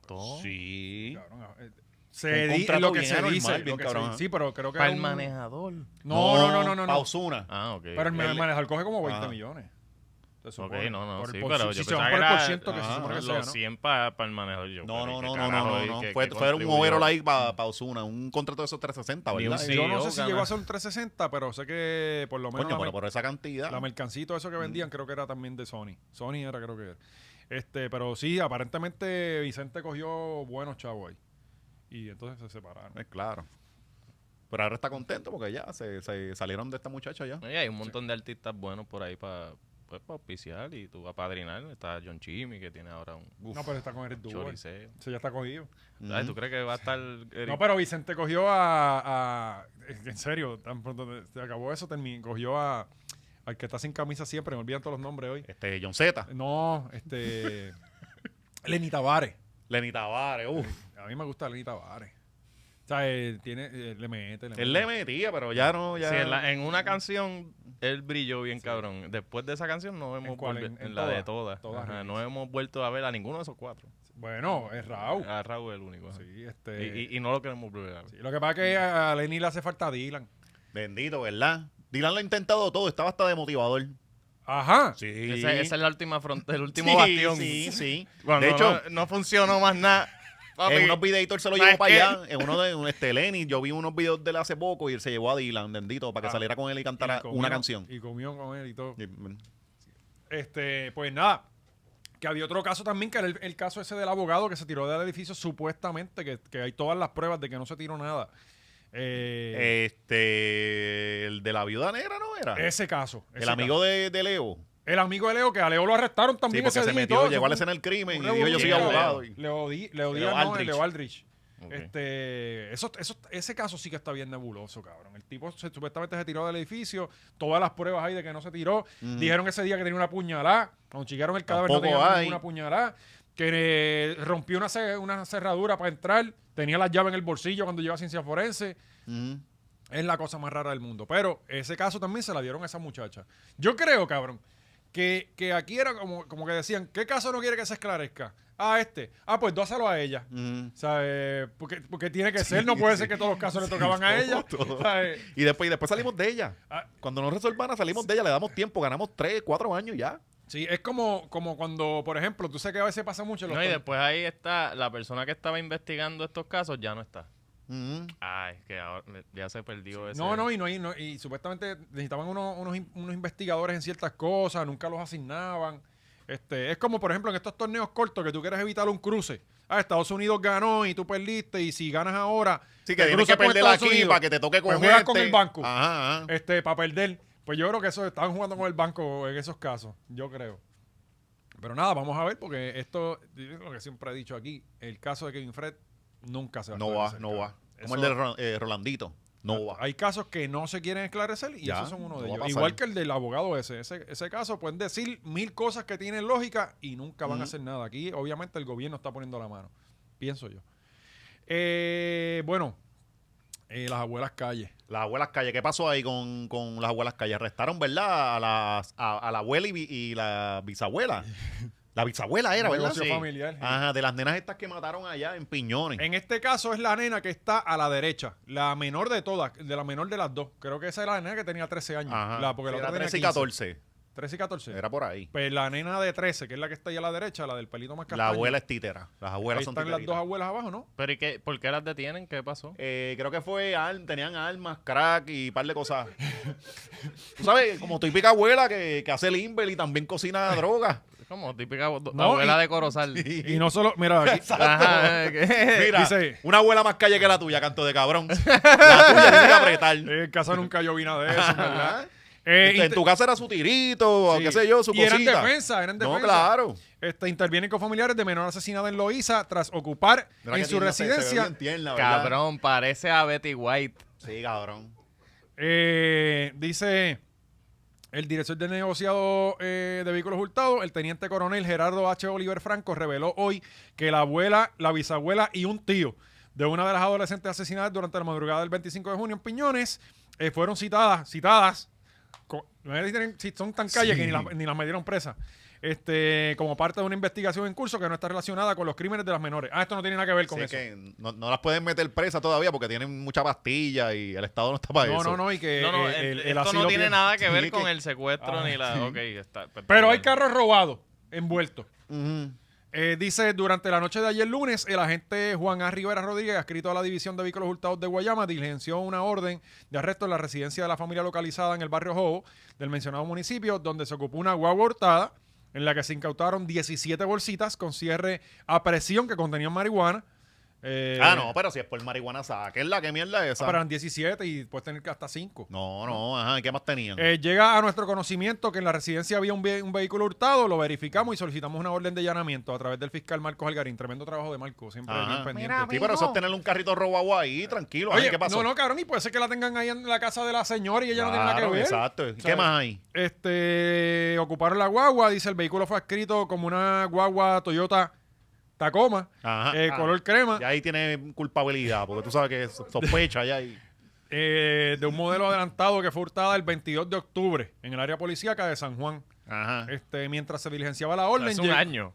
S2: Sí.
S1: Cabrón, eh, se
S2: Ah. Un
S1: di-
S2: contrato
S1: lo que
S2: bien
S1: se
S2: anormal,
S1: dice.
S2: bien
S1: lo que se
S2: cabrón,
S1: dice.
S2: ¿eh?
S1: sí, pero creo que.
S3: Para
S1: era
S3: el
S1: un-
S3: manejador.
S1: No, no, no, no. no,
S2: Pa'
S1: no.
S2: Osuna.
S3: Ah, ok.
S1: Pero el,
S2: Él-
S1: manejador coge como 20
S2: Ajá.
S1: millones. Se
S3: Ok,
S1: supone.
S3: no, no,
S1: Por-
S3: sí,
S1: por-
S3: pero
S1: si- si
S3: yo
S1: se van
S3: pensaba que
S1: por el
S3: era-
S1: por ciento que se
S2: ajá,
S1: supone que sea,
S3: los
S1: ¿no?
S3: 100 para el manejador. Yo,
S2: No, no,
S3: ¿qué
S2: no, no,
S3: carajo?
S2: no,
S3: ¿Y
S2: no.
S3: qué-
S2: Fue,
S3: qué
S2: fue un
S3: contribuyó?
S2: overall ahí para Osuna, un contrato de esos 360,
S3: Ni un
S2: ¿verdad?
S3: sí.
S1: Yo no sé
S3: CEO,
S1: si
S3: gana.
S1: llegó a ser un 360, pero sé que por lo menos.
S2: Coño,
S1: la mer-
S2: pero por esa cantidad.
S1: La mercancito eso que
S3: Mm.
S1: vendían creo que era también de Sony. Sony era creo que era. Este, pero sí, aparentemente Vicente cogió buenos chavos ahí. Y entonces se separaron.
S2: Eh, claro. Pero ahora está contento porque ya se, se salieron de esta muchacha ya.
S3: Oye, hay un montón de artistas buenos por ahí para pues, pa auspiciar y tú apadrinar. Está John Chimmy, que tiene ahora un
S1: No, pero está con Eric Dubois. Eso
S3: choriceo.
S1: ya está cogido.
S3: Ay, ¿Tú crees que va a estar Eric?
S1: No, pero Vicente cogió a, a- En serio, tan pronto te- se acabó eso, terminó, cogió a... Al que está sin camisa siempre, me olvidan todos los nombres hoy.
S2: Este, John Z,
S1: No, este... [laughs] Lenny Tavares.
S2: Lenny Tavares, uff.
S1: A mí me gusta Lenny Tavares. sea, eh, tiene, eh, le mete, le mete.
S2: Él le metía, pero ya no, ya.
S3: Sí, en, la- eh. en una canción él brilló bien cabrón. Después de esa canción no hemos
S1: cuál?
S3: vuelto-
S1: ¿En-
S3: en
S1: en
S3: la
S1: todas?
S3: de todas.
S1: Todas
S3: Ajá,
S1: remix.
S3: no hemos vuelto a ver a ninguno de esos cuatro.
S1: Bueno, es Raúl.
S2: Ah,
S3: A Raúl el único. ajá.
S1: Sí,
S3: Y,
S1: este.
S3: y- y no lo queremos volver a ver.
S1: sí, lo que pasa es que a Lenny le hace falta a Dylan.
S2: Bendito, ¿verdad? Dylan lo ha intentado todo, estaba hasta de motivador.
S1: Ajá.
S2: Sí.
S3: Esa, esa es la última frontera, el último
S2: Sí,
S3: bastión.
S2: Sí, sí.
S3: Cuando
S2: de hecho,
S3: no, no funcionó más nada. papi,
S2: en unos videitos él se lo
S3: ¿sabes
S2: llevó para
S3: qué?
S2: allá. En uno de un- este Lenny, yo vi unos videos de él hace poco y él se llevó a Dylan, bendito, para que
S1: Ah.
S2: saliera con él y
S1: Y
S2: cantara
S1: comió-
S2: una canción.
S1: Y comió con él y todo.
S2: Y- mm,
S1: Este, pues nada. Que había otro caso también, que era el, el caso ese del abogado que se tiró del edificio, supuestamente, que, que hay todas las pruebas de que no se tiró nada. Eh,
S2: Este, el de la viuda negra no era.
S1: ese caso.
S2: el
S1: ese
S2: amigo de, de Leo.
S1: El amigo de Leo, que a Leo lo arrestaron
S2: Sí,
S1: también
S2: porque
S1: ese
S2: se
S1: día y
S2: metió,
S1: todo.
S2: llegó a la
S1: Eso
S2: escena del crimen y
S1: fue un
S2: dijo yo soy
S3: revolú.
S2: abogado.
S1: revolú.
S2: Y-
S1: Leo, Di- Leo
S2: Leo
S1: Díaz, no, el
S2: Aldrich.
S1: Leo Aldrich.
S3: Ok.
S1: Este, eso, eso, ese caso sí que está bien nebuloso, cabrón. El tipo se- supuestamente se tiró del edificio, todas las pruebas hay de que no se tiró.
S2: Mm.
S1: Dijeron ese día que tenía una puñalada, cuando chequearon el cadáver
S2: Tampoco
S1: no tenía
S2: hay.
S1: ninguna puñalada, que eh, rompió una, ce- una cerradura para entrar, tenía la llave en el bolsillo cuando llegó a ciencia forense.
S2: Mm.
S1: Es la cosa más rara del mundo. Pero ese caso también se la dieron a esa muchacha. Yo creo, cabrón, que, que aquí era como, como que decían, ¿qué caso no quiere que se esclarezca? Ah, este. Ah, pues dáselo a ella.
S2: Mm.
S1: ¿Sabes? Porque, porque tiene que ser, no puede ser que todos los casos le tocaban a ella. eh,
S2: todo.
S1: ¿Sabes?
S2: Y después, y después salimos de ella.
S1: Ah.
S2: Cuando nos resolvana salimos de ella, le damos tiempo, ganamos 3, 4 años ya.
S1: Sí, es como, como cuando, por ejemplo, tú sabes que a veces pasa mucho. en los
S3: No, y
S1: tor-
S3: después ahí está, la persona que estaba investigando estos casos ya no está.
S2: Mm.
S3: Ay, es que ahora me- ya se perdió ese.
S1: No, no, y no, y no, y supuestamente necesitaban unos, unos, in- unos investigadores en ciertas cosas, nunca los asignaban. Este, es como, por ejemplo, en estos torneos cortos que tú quieres evitar un cruce. Ah, Estados Unidos ganó y tú perdiste, y si ganas ahora,
S2: Sí,
S1: te
S2: que tienes
S1: cruzas
S2: que
S1: con
S2: perder
S1: Estados
S2: aquí
S1: Unidos,
S2: para que te toque con
S1: pues juegas con
S2: gente.
S1: el banco.
S2: Ajá, ajá.
S1: este, para perder. Pues yo creo que eso estaban jugando con el banco en esos casos, yo creo. Pero nada, vamos a ver, porque esto, yo lo que siempre he dicho aquí, el caso de Kevin Fred nunca se va a
S2: No va,
S1: esclarecer,
S2: no
S1: cabrón.
S2: va.
S1: Eso-
S2: Como
S1: Ah,
S2: el de Ro- eh, Rolandito. No va.
S1: Pues Hay casos que no se quieren esclarecer y
S2: Ya,
S1: esos son uno
S2: no
S1: de
S2: va a
S1: ellos.
S2: pasar.
S1: Igual que el del abogado ese. ese. Ese caso pueden decir mil cosas que tienen lógica y nunca van a
S2: Ujú.
S1: hacer nada. Aquí, obviamente, el gobierno está poniendo la mano. Pienso yo. Eh, bueno, eh, las abuelas calle.
S2: Las abuelas calles, ¿qué pasó ahí con, con las abuelas calles? Arrestaron, ¿verdad? A, las, a, a la abuela y, bi- y la bisabuela. La bisabuela era, ¿verdad?
S1: Negocio
S2: Sí. Ah.
S1: familiar.
S2: Ajá, de las nenas estas que mataron allá en Piñones.
S1: En este caso es la nena que está a la derecha, la menor de todas, de la menor de las dos. Creo que esa era la nena que tenía 13 años.
S2: Ajá.
S1: La, porque la
S2: era
S1: otra tenía
S2: 13 y
S1: 15.
S2: 14.
S1: 13 y 14.
S2: Era por ahí.
S1: Pues la nena de 13, que es la que está ahí a la derecha, la del pelito más castaño.
S2: La abuela es títera. Las abuelas
S1: Ahí
S2: son
S1: están las dos
S2: titeritas.
S1: abuelas abajo, ¿no?
S3: ¿Pero y qué? ¿Por qué las detienen? ¿Qué pasó?
S2: Eh, creo que fue al- tenían armas, crack y par
S1: [laughs]
S2: de cosas. Tú sabes, como típica abuela que, que hace el Inver y
S1: [laughs]
S2: también cocina droga.
S3: Es como típica do-
S1: No,
S3: abuela
S1: y- [laughs]
S3: de Corozal.
S1: Y no solo, mira, aquí,
S3: Ajá, es que-
S2: Mira,
S1: Dice-
S2: una abuela más calle que la tuya, canto
S1: [laughs]
S2: de cabrón. La tuya tiene que apretar.
S1: en casa nunca yo vi nada de eso, en ¿verdad?
S2: Ajá.
S1: Eh,
S2: Este, en
S1: inter-
S2: tu casa era su tirito, o
S1: sí.
S2: qué sé yo, su
S1: Y eran
S2: cosita.
S1: defensa, eran defensa.
S2: No, claro.
S1: Este, intervienen con familiares de menor asesinada en Loíza tras ocupar
S2: Mira que
S1: en su
S2: tiene- se- se ve
S1: residencia.
S2: bien
S3: Ah,
S2: tierna, ¿verdad?
S3: Cabrón, parece a Betty White.
S2: Sí, cabrón.
S1: Eh, dice el director del negociado eh, de vehículos hurtados, el teniente coronel Gerardo H. Oliver Franco, reveló hoy que la abuela, la bisabuela y un tío de una de las adolescentes asesinadas durante la madrugada del 25 de junio en Piñones eh, fueron citadas, citadas, co- no sé si tienen- si son tan calles
S2: Sí.
S1: que ni las, ni las metieron presa. Este, como parte de una investigación en curso que no está relacionada con los crímenes de las menores. Ah, esto no tiene nada que ver con
S2: Sé
S1: eso.
S2: que no, no las pueden meter presa todavía porque tienen mucha pastilla y el Estado no está para
S1: No,
S2: eso.
S1: no, no, y que
S3: No, no,
S1: eh,
S3: el-
S1: el- el
S3: esto no
S1: asilo
S3: tiene
S1: piensa-
S3: nada que ver
S2: sí,
S3: con
S2: que-
S3: el secuestro
S1: Ah,
S3: ni la.
S1: sí.
S3: Ok, está.
S1: Pero hay carros robados, envueltos.
S2: Ujú.
S1: Eh, dice, durante la noche de ayer lunes, el agente Juan A. Rivera Rodríguez, adscrito a la División de Vehículos Hurtados de Guayama, diligenció una orden de arresto en la residencia de la familia localizada en el barrio Jobo del mencionado municipio, donde se ocupó una guagua hurtada en la que se incautaron 17 bolsitas con cierre a presión que contenían marihuana. Eh,
S2: Ah, no, pero si es por marihuana, la ¿Qué mierda
S1: ah,
S2: es esa?
S1: pero eran 17 y puedes tener que hasta 5.
S2: No, no, ajá. ¿y ¿Qué más tenían?
S1: Eh, llega a nuestro conocimiento que en la residencia había un, ve- un vehículo hurtado, lo verificamos y solicitamos una orden de allanamiento a través del fiscal Marcos Algarín. Tremendo trabajo de Marcos, siempre
S2: Ajá.
S1: bien pendiente.
S2: sí, pero eso es tener un carrito robado ahí, tranquilo.
S1: Oye,
S2: Oye, ¿qué pasó?
S1: no, no, cabrón, y puede ser que la tengan ahí en la casa de la señora y ella no tiene nada que
S2: Claro,
S1: ver.
S2: Exacto. ¿Y ¿Qué
S1: ¿Sabes?
S2: más hay?
S1: Este, ocuparon la guagua, dice el vehículo fue adscrito como una guagua Toyota Tacoma,
S2: Ajá.
S1: eh,
S2: Ah.
S1: color crema,
S2: Y ahí tiene culpabilidad, porque tú sabes que es sospecha ya ahí.
S1: eh, de un modelo adelantado que fue hurtada el 22 de octubre en el área policíaca de San Juan.
S2: Ajá.
S1: Este, mientras se diligenciaba la orden,
S3: Hace un
S1: llegó-
S3: año.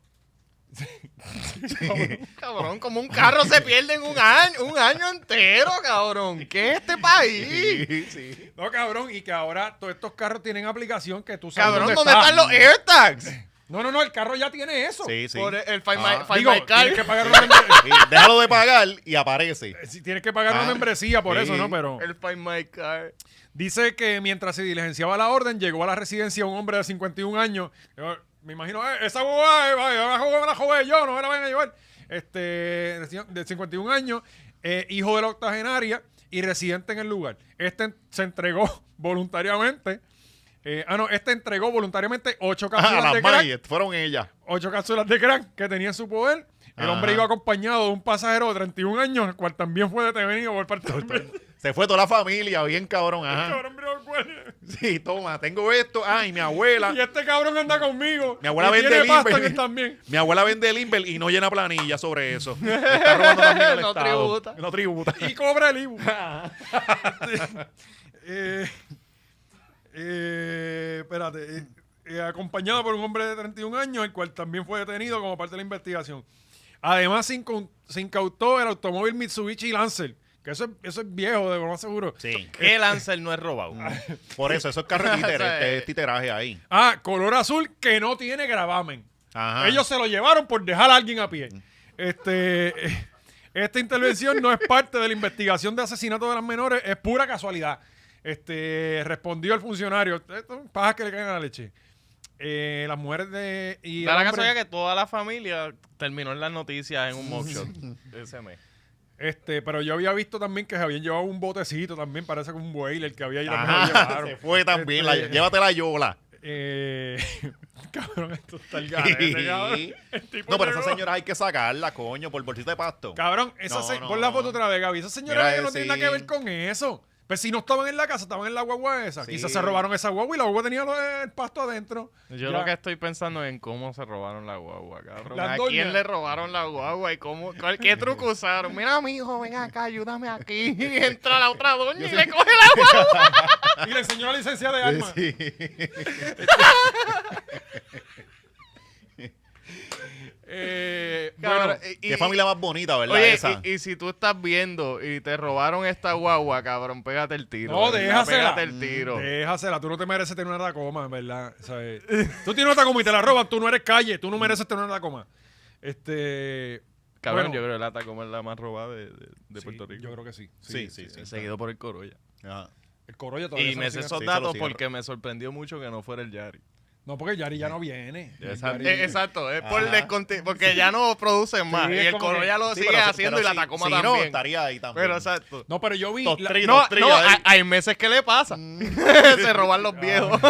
S3: [laughs]
S4: Cabrón, como un carro se pierde en un año, un año entero, cabrón. ¿Qué es este país?
S2: sí.
S1: No, cabrón, y que ahora todos estos carros tienen aplicación que tú sabes.
S4: Cabrón, ¿dónde están los AirTags?
S1: No, no, no, el carro ya tiene eso. e-
S2: Sí, sí.
S4: Por el- el Find
S2: Ah.
S4: My, Find
S1: Digo,
S4: My Car.
S1: tienes que pagar una, membre-
S2: Sí, Déjalo de pagar y aparece. [laughs]
S1: eh, sí, tienes que pagar una
S2: Ah,
S1: membresía por
S2: sí.
S1: eso, ¿no? Pero
S4: El Find My Car.
S1: dice que mientras se diligenciaba la orden, llegó a la residencia un hombre de 51 años. Yo Me imagino, "Eh, esa boba, eh, vaya, la joven, la joven yo, no me la van a llevar. Este, de ci- de 51 años, eh, hijo de la octogenaria y residente en el lugar. Este en- se entregó [laughs] voluntariamente. eh, ah, no, este entregó voluntariamente ocho
S2: Ah,
S1: cápsulas de
S2: las
S1: crack.
S2: Mayet, fueron ellas.
S1: ocho cápsulas de crack que tenía en su poder. El
S2: Ajá.
S1: hombre iba acompañado de un pasajero de 31 años, el cual también fue detenido por parte del
S2: Se fue toda la familia, bien cabrón. Ajá.
S1: cabrón, mira, cuál es.
S2: Sí, toma, tengo esto. Ay,
S1: [laughs]
S2: mi abuela.
S1: Y este cabrón anda conmigo.
S2: Mi abuela
S1: y
S2: vende
S1: tiene pasta
S2: Limber.
S1: que también.
S2: Mi abuela vende el Inver y no llena planilla sobre
S1: [laughs]
S2: eso. Le Está robando también al
S4: No
S2: Estado.
S4: tributa.
S2: No tributa.
S1: Y cobra el
S2: [laughs]
S1: IBU.
S2: Ah.
S1: Eh, eh, espérate. eh, eh, acompañado por un hombre de 31 años, el cual también fue detenido como parte de la investigación. Además, se, incau- se incautó el automóvil Mitsubishi Lancer. Que eso es, eso es viejo, de lo más seguro.
S2: Sí.
S3: ¿Qué Lancer no es robado?
S4: Ah.
S2: Por eso, esos carros [laughs] de títer, este, titeraje ahí.
S1: Ah, color azul que no tiene gravamen.
S2: Ajá.
S1: Ellos se lo llevaron por dejar a alguien a pie. Este, eh, esta intervención no es parte de la investigación de asesinato de las menores, es pura casualidad. Este, respondió el funcionario. Esto es paja que le caen a la leche. Eh, las mujeres de. Y
S3: Da
S1: el
S3: la
S1: hombre-
S3: casualidad que toda la familia terminó en las
S4: [laughs]
S3: noticias en un mockshot ese mes.
S1: este, pero yo había visto también que se habían llevado un botecito también, parece que un boiler que había ido.
S2: Ajá, [laughs] se fue también. la-
S1: Este,
S2: llévate la yola.
S1: Eh, [laughs] cabrón, esto está el garete, cabrón. El tipo
S2: No, pero esa
S1: llegó.
S2: señora hay que sacarla, coño, por bolsita de pasto.
S1: Cabrón, esa
S2: No,
S1: se-
S2: no,
S1: pon la
S2: no.
S1: foto otra vez, Gaby. Esa señora
S2: Mira,
S1: ella no tiene nada que ver
S2: sí.
S1: con eso. Pero si no estaban en la casa, estaban en la guagua esa.
S2: Sí.
S1: Quizás se robaron esa guagua y la guagua tenía lo- el pasto adentro.
S3: Yo
S1: Ya.
S3: lo que estoy pensando es en cómo se robaron la guagua, cabrón.
S1: Las
S3: ¿A
S1: doñas.
S3: quién le robaron la guagua y cómo, cuál-
S1: [laughs]
S3: qué truco usaron? Mira, mi hijo, ven acá, ayúdame aquí. [laughs] Y entra la otra doña y le coge la guagua.
S1: [laughs] Y le enseñó la licencia de armas.
S2: [laughs] Sí.
S1: Eh, bueno,
S3: Cabrón, y-
S2: Qué familia más bonita, ¿verdad?
S3: Oye,
S2: esa.
S3: y, y si tú estás viendo y te robaron esta guagua, cabrón, pégate el tiro.
S1: No,
S3: ¿verdad?
S1: déjasela. Mm,
S3: Pégate el tiro.
S1: déjasela. Tú no te mereces tener una tacoma, en verdad. O sea, eh, tú tienes una tacoma y te la roban. Tú no eres calle. Tú no mereces tener una tacoma. Este.
S3: Cabrón,
S1: bueno,
S3: yo creo que la Tacoma es la más robada de, de- de
S1: sí,
S3: Puerto Rico.
S1: Yo creo que sí.
S2: Sí, sí, sí.
S3: Seguido por el Corolla.
S2: Ajá.
S1: El Corolla todavía
S3: Y
S1: se
S3: me
S1: lo
S3: sé
S1: siguen-
S3: esos
S2: Sí, se lo
S3: datos
S2: siguen.
S3: porque me sorprendió mucho que no fuera el Yari.
S1: No, porque Yari ya no viene.
S3: Exacto.
S1: Yari-
S4: Eh, exacto, es por
S2: Ajá.
S4: desconti- porque ya no producen más.
S1: Sí,
S4: y
S1: es
S4: el
S1: como
S4: Corolla
S1: que-
S4: lo
S2: Sí,
S4: sigue
S2: pero-
S4: haciendo
S2: pero
S4: y la
S2: si-
S4: Tacoma
S2: si no,
S4: también.
S2: estaría ahí también.
S4: pero exacto.
S1: No, pero yo vi.
S2: Dos,
S1: la-
S2: tres,
S1: no,
S4: No,
S2: dos, tres,
S4: no,
S2: ahí.
S4: hay, hay meses que le pasa. [laughs] Se roban los viejos.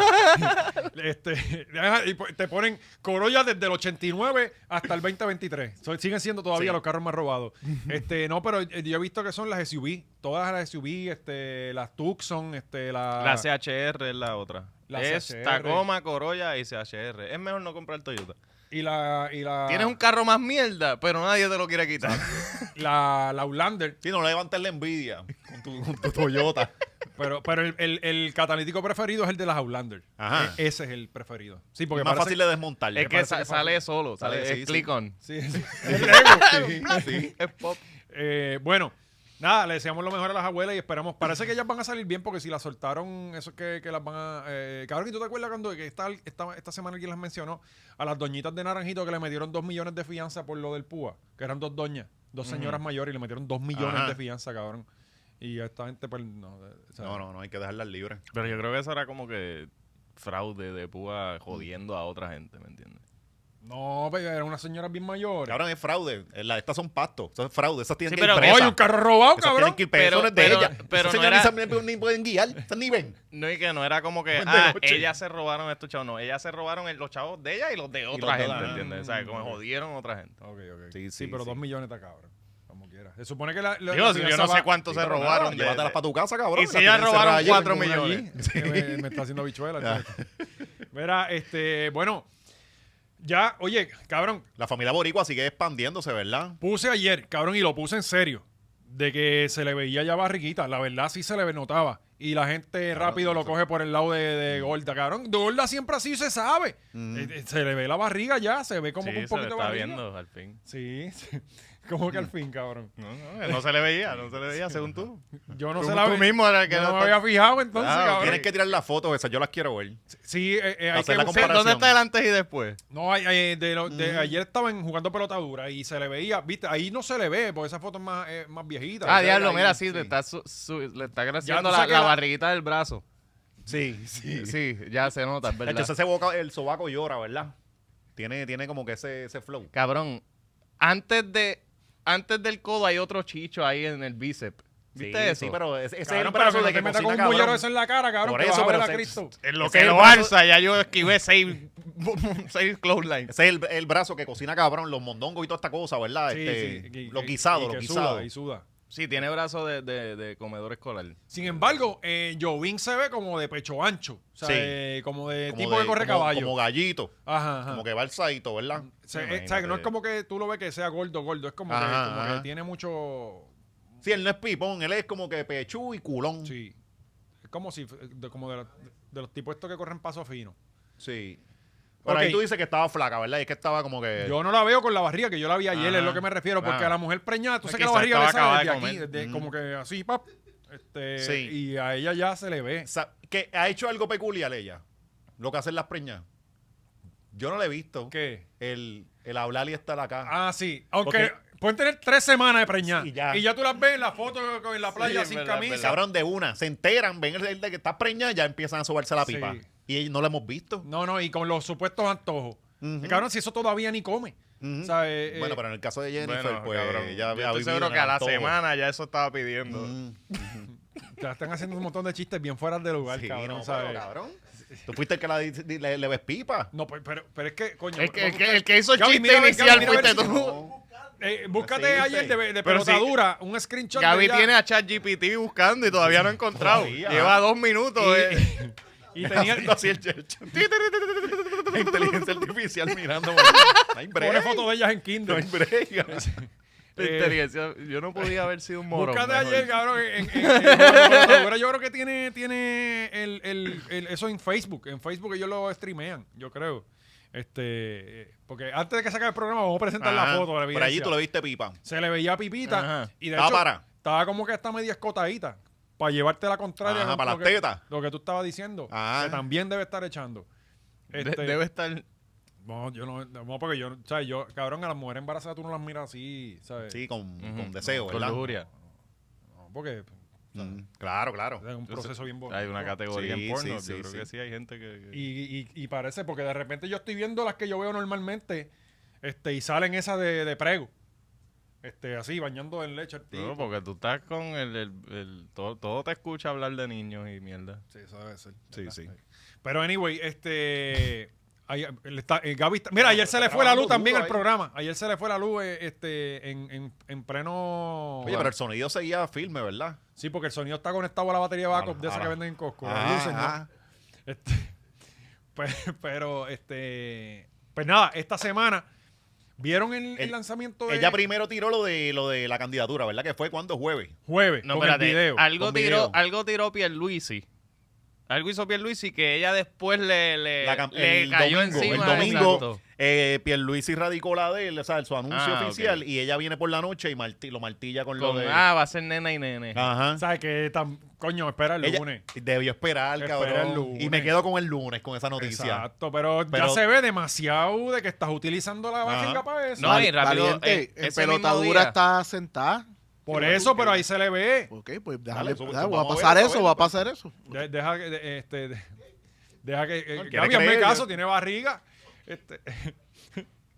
S1: Este, [laughs] ajá, y po- te ponen Corolla desde el 89 hasta el 2023. So, siguen siendo todavía
S2: Sí.
S1: los carros más robados. Este, no, pero eh, yo he visto que son las SUV, todas las SUV, este, las Tucson, este, la,
S3: La CHR es la otra.
S1: La
S3: es
S1: CHR.
S3: Tacoma, Corolla y CHR. Es mejor no comprar Toyota.
S1: y la y
S4: Ah.
S1: la
S3: Tienes un carro más mierda, pero nadie te lo quiere quitar.
S1: la, la Outlander,
S2: Sí, no le levantes la envidia con tu, con tu [laughs] Toyota.
S1: pero pero el, el- el catalítico preferido es el de las Outlander.
S2: Ajá.
S1: E- ese es el preferido. Sí, porque
S2: es más
S1: parece-
S2: fácil de desmontar.
S3: es que
S1: parece
S3: sa-
S1: que fue
S3: sale
S1: así.
S3: solo, sale,
S2: Sale, sí,
S3: es
S2: sí.
S3: click on.
S1: Sí, [laughs] sí.
S2: Sí.
S3: Es pop.
S1: Eh, bueno, nada, le deseamos lo mejor a las abuelas y esperamos. Parece que ellas van a salir bien porque si las soltaron, eso es que, que las van a. Eh, cabrón, ¿y tú te acuerdas cuando que esta, esta, esta semana alguien las mencionó? A las doñitas de Naranjito que le metieron dos millones de fianza por lo del púa, que eran dos doñas, dos señoras mayores y le metieron dos millones
S2: Ajá.
S1: de fianza, cabrón. Y esta gente, pues, no. eh, o sea,
S2: No, no, no, hay que dejarlas libres.
S3: Pero yo creo que eso era como que fraude de púa jodiendo a otra gente, ¿me entiendes?
S1: No, pero eran unas señoras bien mayores.
S2: Cabrón, es fraude. Eh, la- Estas son pastos. Son fraude. Esas tienen que
S3: Sí,
S2: ir
S3: pero-
S1: ¡Oye,
S2: presas.
S1: un carro robado,
S2: Esas
S1: cabrón!
S2: tienen que ir presas.
S3: Pero-
S2: Eso no es de
S3: pero-
S2: ellas.
S3: pero
S2: Esas
S3: no
S2: señoras
S3: era-
S2: ni saben- ni pueden guiar. Esas ni ven.
S3: No, y que no era [laughs] como que,
S2: De
S3: ah,
S2: noche.
S3: ellas se robaron estos chavos. No, ellas se robaron el- los chavos de ella y los de
S2: los
S3: otra
S2: de
S3: gente,
S2: la-
S3: ¿entiendes? O sea, como jodieron a otra gente.
S1: Ok, ok.
S2: Sí,
S1: Sí,
S2: sí,
S1: pero
S2: sí.
S1: dos millones está cabrón. Como quiera. Se supone que la. la-
S3: Digo,
S1: la
S3: si yo
S1: fianza
S3: no sé
S1: va-
S3: cuántos se
S2: Pero nada,
S3: robaron. de-
S2: Llévatelas
S3: de-
S2: para tu casa, cabrón.
S3: Y si
S2: Las
S3: ellas
S2: tienes
S3: robaron
S2: cerradas allí.
S3: cuatro
S1: Tengo una
S3: millones.
S1: allí, es que me, me está haciendo bichuela. Mira, este, bueno, Ya, oye, cabrón,
S2: La familia boricua sigue expandiéndose, ¿verdad?
S1: puse ayer, cabrón, y lo puse en serio, de que se le veía ya barriguita, la verdad sí se le notaba. Y la gente rápido lo coge por el lado de, de Gorda, cabrón. De Gorda siempre así se sabe. Eh, eh, Se le ve la barriga ya, se ve como
S3: Sí,
S1: que un
S3: se le
S1: poquito de
S3: está
S1: barriga.
S3: viendo al fin.
S1: Sí, sí. [laughs] como que al fin, cabrón.
S3: No, no, no se le veía, no se le veía según tú.
S1: Yo no
S3: Tú-
S1: se la
S3: tú
S1: ve-
S3: mismo era el que
S1: yo
S3: no
S1: no me
S3: está-
S1: había fijado entonces,
S2: Ah,
S1: cabrón.
S2: tienes que tirar las fotos esas, yo las quiero ver.
S1: Sí, eh, eh, hay
S2: Hacer
S1: que
S2: la
S1: buscar-
S3: Sí, ¿Dónde está el antes y después?
S1: No, ay- ay, de lo- de ayer estaban jugando pelota dura y se le veía, viste, ahí no se le ve, porque esa foto es más, eh, más viejita.
S3: Ah,
S1: Esa
S3: diablo,
S1: ahí-
S3: mira, sí, le está, su- su- le está creciendo
S1: tú
S3: la,
S1: sacas
S3: la
S1: la-
S3: barriguita del brazo.
S2: Sí, sí.
S3: Sí, ya se nota, es
S2: De
S3: verdad.
S2: hecho, ese boca- el sobaco llora, ¿verdad? Tiene, tiene como que ese, ese flow.
S3: Cabrón, antes de antes del codo hay otro chicho ahí en el bíceps. ¿Viste
S2: sí,
S3: eso?
S2: Sí, pero ese, ese es el
S1: Cabrón,
S2: brazo
S1: pero que no
S2: de
S1: te
S2: que
S1: metas con
S2: cocina,
S1: un
S2: cabrón.
S1: mullero eso en la cara, cabrón,
S2: Por
S1: que
S2: eso,
S1: vas a ver
S2: pero
S1: a
S2: se-
S1: Cristo.
S3: En lo
S2: Ese
S3: que
S2: es el
S3: lo
S2: brazo-
S3: alza, ya yo esquivé seis, [laughs] seis clotheslines.
S2: Ese es el, el brazo que cocina, cabrón, los mondongos y toda esta cosa, ¿verdad?
S1: Sí,
S2: Este,
S1: sí, y-
S2: los
S1: y-
S2: guisados,
S1: y
S2: los
S1: que
S2: guisados.
S1: Suda, y suda.
S3: Sí, tiene brazo de, de- de comedor escolar.
S1: Sin embargo, eh, Jovín se ve como de pecho ancho, o sea,
S2: Sí.
S1: eh, como de
S2: Como
S1: tipo
S2: de-
S1: que corre
S2: como-
S1: caballo.
S2: Como gallito.
S1: ajá, ajá.
S2: Como que va alzadito, ¿verdad?
S1: Se- eh, o sea,
S2: Imagínate.
S1: que no es como que tú lo ves que sea gordo, gordo, es como, que,
S2: Ajá,
S1: como
S2: ajá.
S1: que tiene mucho...
S2: Sí, él no es pipón, él es como que pechú y culón. Sí.
S1: Sí, es como si, fu- de, como de, la- de los tipos estos que corren paso fino.
S2: Pero ahí
S1: Ok.
S2: tú dices que estaba flaca, ¿verdad? Y es que estaba como que...
S1: Yo no la veo con la barriga, que yo la vi ayer,
S3: Ajá.
S1: es lo que me refiero, porque
S3: Ah.
S1: a la mujer preñada, tú
S3: Pues
S1: sabes que la
S3: quizá
S1: barriga le
S3: estaba
S1: sale desde
S3: acabada de
S1: aquí,
S3: comer.
S1: desde- como que así, pap, este,
S2: Sí.
S1: y a ella ya se le ve.
S2: Sa- que ha hecho algo peculiar ella. Lo que hacen las preñas. Yo no le he visto
S1: ¿Qué?
S2: el, el hablar y estar acá.
S1: Ah, sí, aunque pueden tener tres semanas de preñada,
S2: Sí, ya.
S1: y ya tú las ves en la foto en la playa
S3: es
S1: sin
S3: verdad, es
S1: camisa.
S2: Sabrán de una, se enteran, ven el, el de que está preñada, ya empiezan a sobarse la
S1: Sí.
S2: pipa. Y ella- no la hemos visto.
S1: No, no, y con los supuestos antojos. Cabrón, si eso todavía ni come.
S2: Ujú.
S1: O sea, eh,
S2: bueno,
S1: eh,
S2: pero en el caso de Jennifer,
S3: Bueno,
S2: pues
S3: cabrón,
S2: ya
S3: yo
S2: ha
S3: estoy
S2: vivido
S3: seguro
S2: en
S3: que a la
S2: antojo.
S3: semana ya eso estaba pidiendo.
S2: Mm.
S1: ya están haciendo un montón de chistes bien fuera de lugar,
S2: Sí,
S1: cabrón,
S2: no,
S1: ¿sabes?
S2: pero, cabrón. Tú fuiste el que la, di- di- le, le ves
S1: [laughs]
S2: pipa.
S1: No, pues, pero, pero, pero es que, coño.
S3: El, que, el
S1: vamos-
S3: que- el que hizo el
S1: Gaby,
S3: chiste
S1: mira, Gaby,
S3: inicial
S1: mira,
S3: fuiste
S1: mira,
S3: tú.
S1: Eh, búscate
S2: Sí,
S1: ayer
S2: sí.
S1: de, de
S3: Pero sí.
S1: pelotadura un screenshot. de
S3: Gaby
S1: ella.
S3: tiene a ChatGPT buscando y todavía no ha encontrado.
S2: Todavía.
S3: Lleva dos minutos. eh.
S1: Y tenía,
S2: Haciendo así el checho. Inteligencia artificial mirando. [laughs] Hay
S1: pone [laughs]
S2: break.
S1: fotos de ellas en
S2: No
S1: Kindle.
S2: hay [laughs] break.
S1: Eh,
S3: yo no podía haber sido un morón.
S1: búscate
S3: mejor.
S1: ayer, cabrón. En, en- en- en la pelotadura yo creo que tiene, tiene el, el- el- eso en Facebook. En Facebook ellos lo streamean, yo creo. Este, eh, porque antes de que saque el programa vamos a presentar la
S2: Ajá.
S1: foto. La
S2: Por allí
S1: evidencia.
S2: tú le viste pipa.
S1: Se le veía pipita
S3: Ajá.
S1: y de
S2: Estaba
S1: hecho
S2: para.
S1: estaba como que está media escotadita para llevarte la contraria
S2: Ajá,
S1: lo
S2: para las
S1: que-
S2: tetas.
S1: Lo que tú estabas diciendo,
S2: Ajá.
S1: que también debe estar echando.
S3: De-
S1: Este,
S3: debe estar.
S1: No, yo no, no, porque yo, ¿sabes? Yo, cabrón, a las mujeres embarazadas tú no las miras así, ¿sabes?
S2: Sí, con,
S3: Ujú.
S2: con deseo,
S3: Con
S2: ¿verdad?
S3: lujuria.
S1: No, porque
S2: Mm, Claro, claro.
S1: es un proceso bien bonito.
S3: Hay una categoría
S2: Sí,
S3: en porno.
S2: sí,
S3: yo
S2: sí,
S3: creo
S2: sí.
S3: que sí hay gente que. que-
S1: Y, y- y parece, porque de repente yo estoy viendo las que yo veo normalmente este, y salen esas de, de prego. Este, así, bañando en leche al
S3: No,
S1: tipo.
S3: porque tú estás con el. el- el- todo, todo te escucha hablar de niños y mierda.
S1: Sí, eso debe ser.
S2: Sí, sí.
S1: Pero anyway, este. ahí, él está- eh, Gaby está-
S2: Ah,
S1: mira, ayer se le fue la luz
S2: trabajando
S1: también al
S2: duro ahí.
S1: programa. Ayer se le fue la luz eh, este, en, en, en pleno.
S2: Oye, pero el sonido seguía firme, ¿verdad?
S1: Sí, porque el sonido está conectado a la batería backup
S2: Ah,
S1: de esa
S2: ah,
S1: que venden en Costco. las luces, ¿no?
S2: Ajá.
S1: Este, [laughs] pe- pero, este. Pues nada, esta semana. ¿Vieron el, el
S2: El-
S1: lanzamiento de
S2: Eh, Ella primero tiró lo de lo de la candidatura, ¿verdad? Que fue cuando jueves.
S1: jueves?
S3: No,
S1: con el
S3: espérate.
S1: video.
S3: Algo
S2: con
S3: tiró,
S2: video.
S3: algo tiró Pierluisi. Algo hizo Pierluisi que ella después le, le,
S2: La cam-
S3: Eh, le
S2: el
S3: cayó
S2: domingo,
S3: encima.
S2: el domingo
S3: exacto.
S2: eh, Pierluisi radicó la de él, o sea, su anuncio
S3: Ah,
S2: oficial
S3: ok.
S2: y ella viene por la noche y marti- lo martilla con,
S3: Con,
S2: lo de Ah.
S3: ah, va a ser nena y nene.
S2: Ajá.
S1: ¿Sabes que tan- Coño, espera el
S2: Ella-
S1: lunes.
S2: debió esperar,
S1: Espera el
S2: cabrón.
S1: lunes.
S2: Y me quedo con el lunes con esa noticia.
S1: Exacto, pero,
S2: Pero-
S1: ya se ve demasiado de que estás utilizando la
S2: Ajá.
S1: barriga para eso.
S3: No, y rápido,
S5: Valiente,
S3: eh,
S5: en
S3: ese mismo
S5: pelotadura
S3: día.
S5: está sentada.
S1: Por eso, pero ahí se le ve.
S5: Ok, pues
S2: Dale,
S5: déjale,
S2: sube,
S5: dale,
S2: sube,
S5: va a
S2: vamos a
S5: pasar
S2: ver,
S5: eso,
S2: vamos
S5: va
S2: a
S5: a pasar eso.
S1: De- deja que de- este, de- deja que eh,
S2: No, quiere
S1: Gaby, hazme
S2: creer,
S1: caso,
S2: yo-
S1: tiene barriga. Este,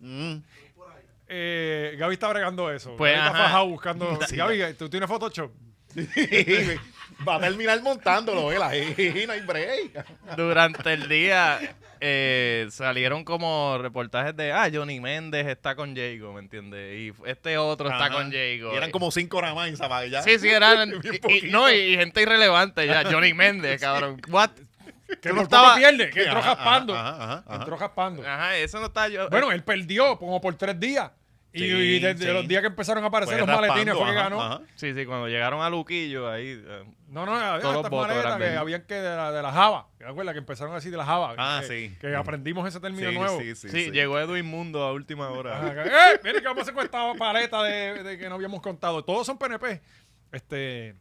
S2: Mm. [laughs]
S1: eh, Gaby está bregando eso.
S3: Pues,
S1: Gaby
S3: ajá.
S1: está fajado buscando.
S2: [laughs] Sí.
S1: Gaby, ¿tú tienes Photoshop?
S2: Va a terminar montándolo, ¿eh? La- y no hay break.
S3: Durante el día eh, salieron como reportajes de, ah, Johnny Méndez está con Jago, ¿me entiendes? Y este otro está
S2: Ajá.
S3: con Jago.
S2: Y eran como cinco nada más en Sabadell, ya.
S3: Sí, sí, eran...
S2: [laughs] Bien
S3: y- y-
S2: poquito. [laughs]
S3: no, y, y gente irrelevante ya. Johnny Méndez, cabrón. What?
S1: Que
S4: no
S1: no
S4: estaba-
S1: pierde, que
S2: Ajá,
S1: entró
S2: ajá,
S1: jaspando.
S2: ajá, ajá, Ah, ajá.
S1: Entró jaspando.
S3: Ajá, eso no está yo.
S1: Bueno, él perdió como por tres días. Y,
S2: Sí,
S1: y desde
S2: sí.
S1: los días que empezaron a aparecer
S2: Fue
S1: los maletines
S2: raspando,
S1: fue que
S2: ajá,
S1: ganó.
S2: ajá.
S3: eh, Sí, sí, cuando llegaron a Luquillo, ahí. eh,
S1: No, no, había
S3: Todos los
S1: estas
S3: votos
S1: maletas
S3: eran de
S1: que
S3: él.
S1: habían que de la, de la Java. ¿Te acuerdas que empezaron así de la Java?
S2: Ah,
S1: que,
S2: sí.
S1: Que aprendimos ese término
S2: Sí,
S1: nuevo.
S2: sí,
S3: Sí,
S2: sí, sí.
S3: llegó Edwin Mundo a última hora.
S1: Ajá, que, ¡Eh! Mira que vamos a hacer con esta paleta de, de que no habíamos contado. Todos son PNP. Este.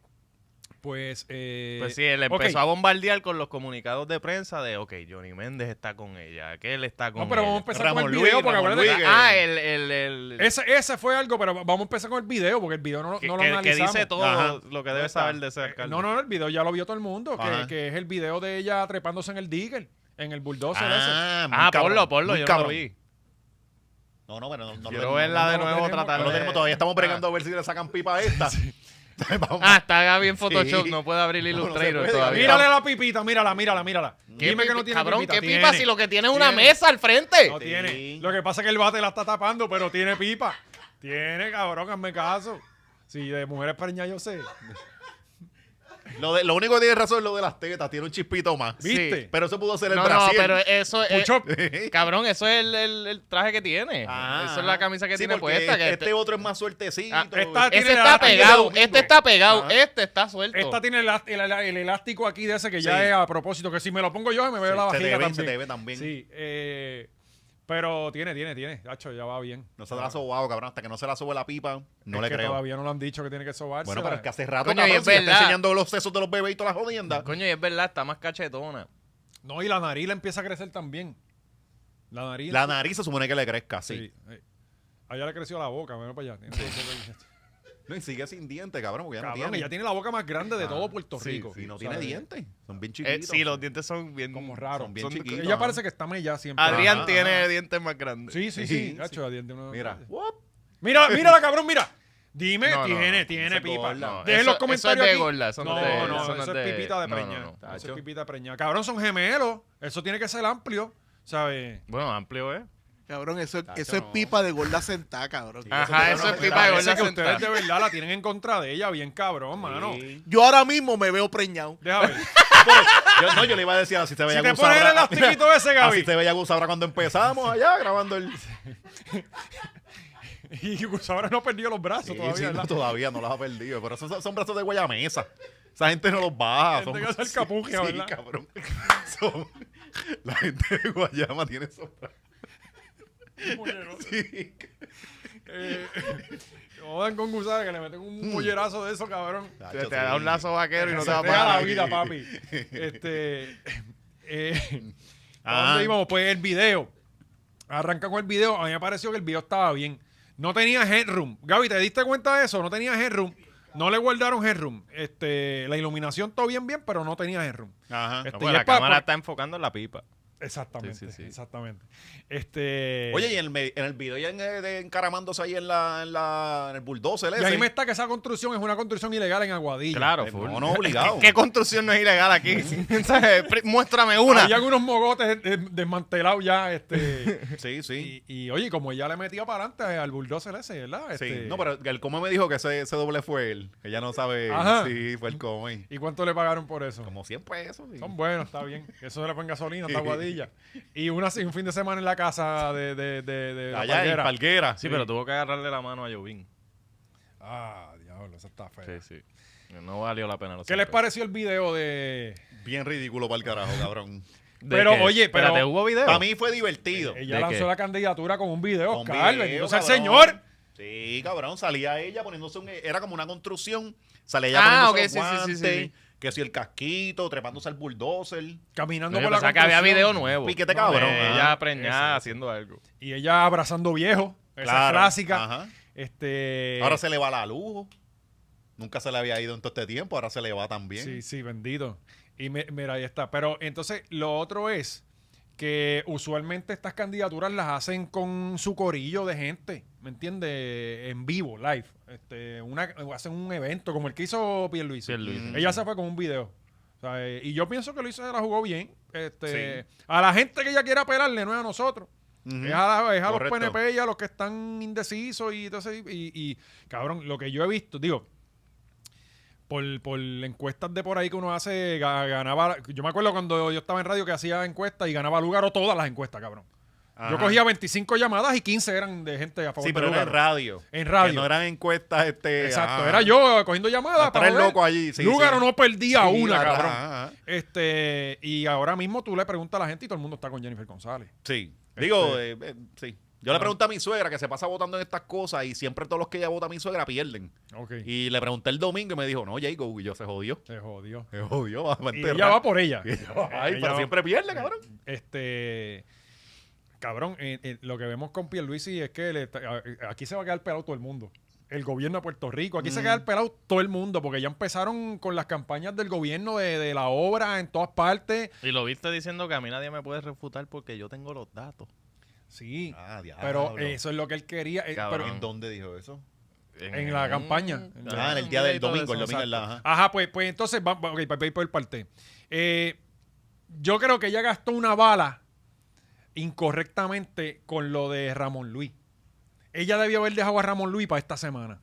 S1: Pues. eh,
S3: Pues sí, él empezó
S1: ok.
S3: a bombardear con los comunicados de prensa de, ok, Johnny Méndez está con ella, aquel está con
S1: No, pero vamos a
S3: ella.
S1: empezar
S2: Ramón
S1: con el
S2: Luis,
S1: video porque
S2: Ramón
S1: acuérdate que-
S2: Luis.
S3: Ah, el, el, el-
S1: ese, ese fue algo, pero vamos a empezar con el video porque el video no, lo-
S3: que,
S1: no lo
S3: que- que
S1: analizamos.
S3: dice todo
S2: Ajá.
S3: lo que debe saber de ese
S1: Eh,
S3: alcalde.
S1: No, no, el video ya lo vio todo el mundo, que,
S2: Ajá.
S1: que es el video de ella trepándose en el digger, en el bulldozer ese.
S2: Ah, muy
S3: Ah,
S2: cabrón,
S3: ponlo, ponlo,
S2: muy
S3: yo no
S2: cabrón.
S3: lo vi.
S2: No, no, pero no, no lo
S3: Quiero
S2: tenemos,
S3: verla
S1: no,
S3: de
S1: no
S3: nuevo,
S1: tenemos,
S3: tratar
S2: No lo
S3: de-
S2: tenemos todavía. Estamos bregando a ver si le sacan pipa a esta.
S3: [laughs]
S2: [laughs] Vamos.
S3: Ah, está bien Photoshop,
S2: Sí.
S3: no puede abrir
S2: no se
S3: Illustrator
S2: puede,
S3: todavía.
S1: Mírale la pipita, mírala, mírala, mírala.
S3: ¿Qué
S1: Dime que no
S3: pipi-
S1: tiene
S3: Cabrón,
S1: pipita.
S3: ¿qué
S1: Tiene.
S3: pipa si lo que tiene es una
S1: Tiene.
S3: mesa al frente?
S1: No
S2: Sí.
S1: tiene. Lo que pasa es que el bate la está tapando, pero tiene pipa. Tiene, cabrón, hazme caso. Si de mujeres preñas yo sé.
S2: Lo, de- lo único que tiene razón es lo de las tetas. Tiene un chispito más.
S3: Sí.
S1: ¿Viste?
S2: Pero eso pudo ser el
S3: No, no,
S2: Brasil.
S3: pero eso es... [laughs]
S1: Mucho-
S3: Cabrón, eso es el, el- el traje que tiene.
S2: Ah.
S3: Eso es la camisa que
S2: Sí,
S3: tiene
S2: porque
S3: puesta. que
S2: este,
S3: te-
S2: otro es más suertecito.
S3: Ah,
S1: esta-
S3: [laughs]
S1: tiene
S3: Ese
S1: la
S3: está
S1: talla de
S3: pegado,
S1: domingo.
S3: este está pegado,
S2: Ajá.
S3: este está suelto.
S1: Esta tiene el, elás- el- el- el elástico aquí de ese que ya
S2: Sí.
S1: es a propósito, que si me lo pongo yo se me ve
S2: Sí,
S1: la
S2: se te
S1: vagina
S2: ve,
S1: también.
S2: se te ve también.
S1: Sí, eh, pero tiene, tiene, tiene. Hacho, ya va bien.
S2: No se la ha sobado, cabrón. Hasta que no se la sobe la pipa, no
S1: Es
S2: le
S1: que
S2: creo.
S1: todavía no lo han dicho que tiene que sobarse.
S2: Bueno, pero es que hace rato,
S3: Coño, y
S2: cabrón,
S3: es
S2: si le está
S3: verdad.
S2: enseñando los sesos de los bebés y todas las jodiendas.
S3: Coño, y es verdad, está más cachetona.
S1: No, y la nariz le empieza a crecer también. La nariz.
S2: La nariz se supone que le crezca, sí.
S1: Sí, sí. Allá le Eh, creció la boca, menos
S3: [laughs]
S1: para allá. Tiene la boca-
S2: No, y sigue sin dientes, cabrón, porque ya
S1: Cabrón,
S2: no tiene.
S1: ella tiene la boca más grande de
S2: Ah,
S1: todo Puerto
S2: sí,
S1: Rico.
S2: sí, no
S1: O
S2: tiene
S1: sea,
S2: dientes. Son bien
S3: Eh,
S2: chiquitos.
S3: sí, los dientes son bien...
S1: Como raro.
S2: Son bien
S3: Son-
S2: chiquitos.
S1: Ella
S2: ajá.
S1: parece que está mella siempre.
S3: Adrián
S2: Ajá,
S3: tiene
S2: ajá.
S3: dientes más grandes.
S1: Sí, sí, sí.
S3: [laughs]
S2: Sí,
S1: Hacho, Adrián tiene una-
S2: Mira.
S1: Mira, mira la cabrón, mira. Dime,
S3: No, no,
S1: tiene,
S3: no,
S1: tiene
S2: eso es
S1: pipa.
S2: gorda. No,
S1: Dejen
S3: eso-
S1: los comentarios.
S3: eso es de
S1: aquí.
S3: gorda, eso
S1: no,
S3: no es de-
S1: no,
S3: eso no
S1: eso
S3: es
S1: es
S3: de-
S1: pipita de
S3: no, no,
S1: preña.
S3: no.
S1: Eso es
S2: Tacho.
S1: pipita de preña. Cabrón, son gemelos. Eso tiene que ser amplio, ¿sabes?
S3: Bueno, amplio, ¿eh?
S5: Cabrón, eso,
S2: Tacho,
S5: eso es
S2: no.
S5: pipa de gorda sentada, cabrón.
S2: Sí.
S3: Ajá, eso
S2: no,
S3: es
S2: no,
S3: pipa de
S1: Parece
S3: gorda
S1: que ustedes de
S3: sentada.
S1: verdad la tienen en contra de ella, bien cabrón, mano.
S2: Sí.
S5: Yo ahora mismo me veo preñado.
S1: Deja ver.
S2: Yo, no, yo le iba a decir así [laughs] te veía
S1: Si te
S2: Gus Abra-
S1: pones el elastiquito ese, Gaby.
S2: Así te veía Gus Abra cuando empezamos allá grabando el.
S1: [laughs] Y Gus ahora no perdió los brazos
S2: Sí,
S1: todavía.
S2: sí, no,
S1: ¿verdad?
S2: todavía no los ha perdido. Pero esos son, son brazos de guayamesa. Esa gente no los baja.
S1: Gente
S2: Son,
S1: que hace el capuje,
S2: sí,
S1: ¿verdad?
S2: cabrón. [laughs] Son- la gente de Guayama tiene esos brazos.
S1: Muñeco.
S2: Sí.
S1: [laughs] Eh, jodan con Gusara que le meten un mollerazo de eso, cabrón.
S3: Te, te da un lazo vaquero Mm. y no
S1: Se
S3: te va a
S1: te da la
S3: parar.
S1: vida,
S3: [laughs]
S1: papi. Este, eh, [laughs] ¿a
S2: Ah.
S1: ¿Dónde íbamos? Pues el video. Arranca con el video. A mí me pareció que el video estaba bien. No tenía headroom. Gaby, ¿te diste cuenta de eso? No tenía headroom. No le guardaron headroom. Este, la iluminación todo bien, bien, pero no tenía headroom.
S2: Ajá.
S1: Este,
S3: No,
S1: y
S3: pues,
S1: es
S3: la
S1: pa-
S3: cámara
S1: pa-
S3: está enfocando en la pipa.
S1: Exactamente,
S3: Sí, sí, sí.
S1: exactamente. Este,
S2: Oye, y en el, me- en el video ya en, eh, de- encaramándose ahí en, la, en, la, en el bulldozer
S1: y
S2: ese.
S1: ahí me está que esa construcción es una construcción ilegal en Aguadilla.
S3: Claro,
S2: Eh,
S3: full.
S2: No, no, [laughs] obligado.
S3: ¿Qué construcción no es
S1: [laughs]
S3: ilegal aquí? [laughs] ¿Sabes? Pri- Muéstrame una.
S1: Habían unos mogotes des- desmantelados ya, este.
S2: Sí, sí.
S1: y, y, oye, como ella le metía para adelante al bulldozer ese, ¿verdad?
S2: Sí.
S1: Este,
S2: No, pero el come me dijo que ese, ese doble fue él. Ella no sabe
S1: Ajá.
S2: si fue el come.
S1: ¿Y cuánto le pagaron por eso?
S2: Como siempre eso. sí.
S1: Son buenos, está bien. Eso se le pone gasolina, está guadilla. Y una, y un fin de semana en la casa de, de, de, de la
S2: Allá en
S1: palguera.
S2: Palguera.
S3: Sí, pero tuvo que agarrarle la mano a Jovín.
S1: Ah, diablo, eso está feo.
S3: Sí, sí. No valió la pena. lo
S1: ¿Qué les
S3: siento.
S1: pareció el video de...?
S2: Bien ridículo para el carajo, cabrón.
S3: ¿De
S1: Pero,
S3: qué?
S1: oye, pero-
S3: Espérate, ¿hubo video?
S2: Para mí fue divertido.
S1: Ella
S3: ¿De
S1: lanzó
S3: qué?
S1: la candidatura con un video,
S2: Con
S1: Oscar.
S2: video,
S1: bendito sea el
S2: cabrón.
S1: señor.
S2: Sí, cabrón. Salía ella poniéndose un. Era como una construcción. Salía ella
S3: Ah,
S2: poniéndose
S3: ok,
S2: los
S3: sí, sí, sí,
S2: guantes,
S3: sí,
S2: Que si el casquito, trepándose al bulldozer.
S1: Caminando
S3: No,
S1: por
S3: yo
S1: la
S3: pensaba que había
S1: construcción.
S3: video nuevo.
S2: Piquete cabrón,
S3: Eh,
S2: ah.
S3: Ella preñada haciendo algo.
S1: Y ella abrazando viejo. Esa
S2: Claro,
S1: clásica.
S2: ajá.
S1: Este...
S2: Ahora se le va la luz. Nunca se le había ido en todo este tiempo. Ahora se le va también.
S1: Sí, sí, bendito. Y mi- mira, ahí está. Pero entonces, lo otro es que usualmente estas candidaturas las hacen con su corillo de gente, ¿me entiendes? En vivo, live. Este, una, hacen un evento como el que hizo Pierluisi.
S2: Mm.
S3: Pierluisi.
S1: Ella se fue con un video. O sea, eh, y yo pienso que lo hizo, la jugó bien. Este, A la gente que ella quiera apelarle, no es a nosotros.
S2: Ujú.
S1: Es a, la- es a los
S2: Correcto.
S1: PNP y a los que están indecisos y, entonces, y, y- y, cabrón, lo que yo he visto, digo, por, por encuestas de por ahí que uno hace, ga- ganaba. Yo me acuerdo cuando yo estaba en radio que hacía encuestas y ganaba Lugaro todas las encuestas, cabrón. Yo
S2: Ajá.
S1: cogía 25 llamadas y 15 eran de gente a favor
S2: Sí,
S1: de
S2: pero era en
S1: Lugaro.
S2: radio.
S1: En radio.
S2: Que no eran encuestas. Este,
S1: Exacto,
S2: ajá.
S1: era yo cogiendo llamadas
S2: Para
S1: para
S2: estar
S1: joder.
S2: loco allí, sí,
S1: Lugaro
S2: sí.
S1: no perdía
S2: Sí, ah,
S1: una,
S2: ajá,
S1: cabrón.
S2: ajá.
S1: Este, y ahora mismo tú le preguntas a la gente y todo el mundo está con Jennifer González.
S2: Sí.
S1: Este,
S2: Digo, eh, eh, sí. Yo le pregunté a mi suegra que se pasa votando en estas cosas y siempre todos los que ella vota a mi suegra pierden.
S1: Ok.
S2: Y le pregunté el domingo y me dijo, no, Jacob, y yo se jodió.
S1: Se jodió.
S2: Se jodió, va a
S1: Y
S2: enterrar.
S1: ella va por ella.
S2: Ay,
S1: Ella
S2: pero
S1: va-
S2: siempre pierde, cabrón.
S1: Este. Cabrón, eh, eh, lo que vemos con Pierluisi es que le está- a- aquí se va a quedar pelado todo el mundo. El gobierno de Puerto Rico, aquí se va a quedar pelado todo el mundo, porque ya empezaron con las campañas del gobierno de, de la obra en todas partes.
S3: Y lo viste diciendo que a mí nadie me puede refutar porque yo tengo los datos.
S1: Sí,
S2: Ah, diablo.
S1: pero eso es lo que él quería. eh, pero-
S3: Cabrón.
S2: ¿En dónde dijo eso?
S1: En la campaña. En la-
S2: Ah, en el día del domingo, el
S3: Exacto.
S2: domingo en la... ajá.
S1: Ajá, pues, pues entonces, va, va- ok, pa- pa- ir por el parte. Eh, yo creo que ella gastó una bala incorrectamente con lo de Ramón Luis. Ella debió haber dejado a Ramón Luis para esta semana.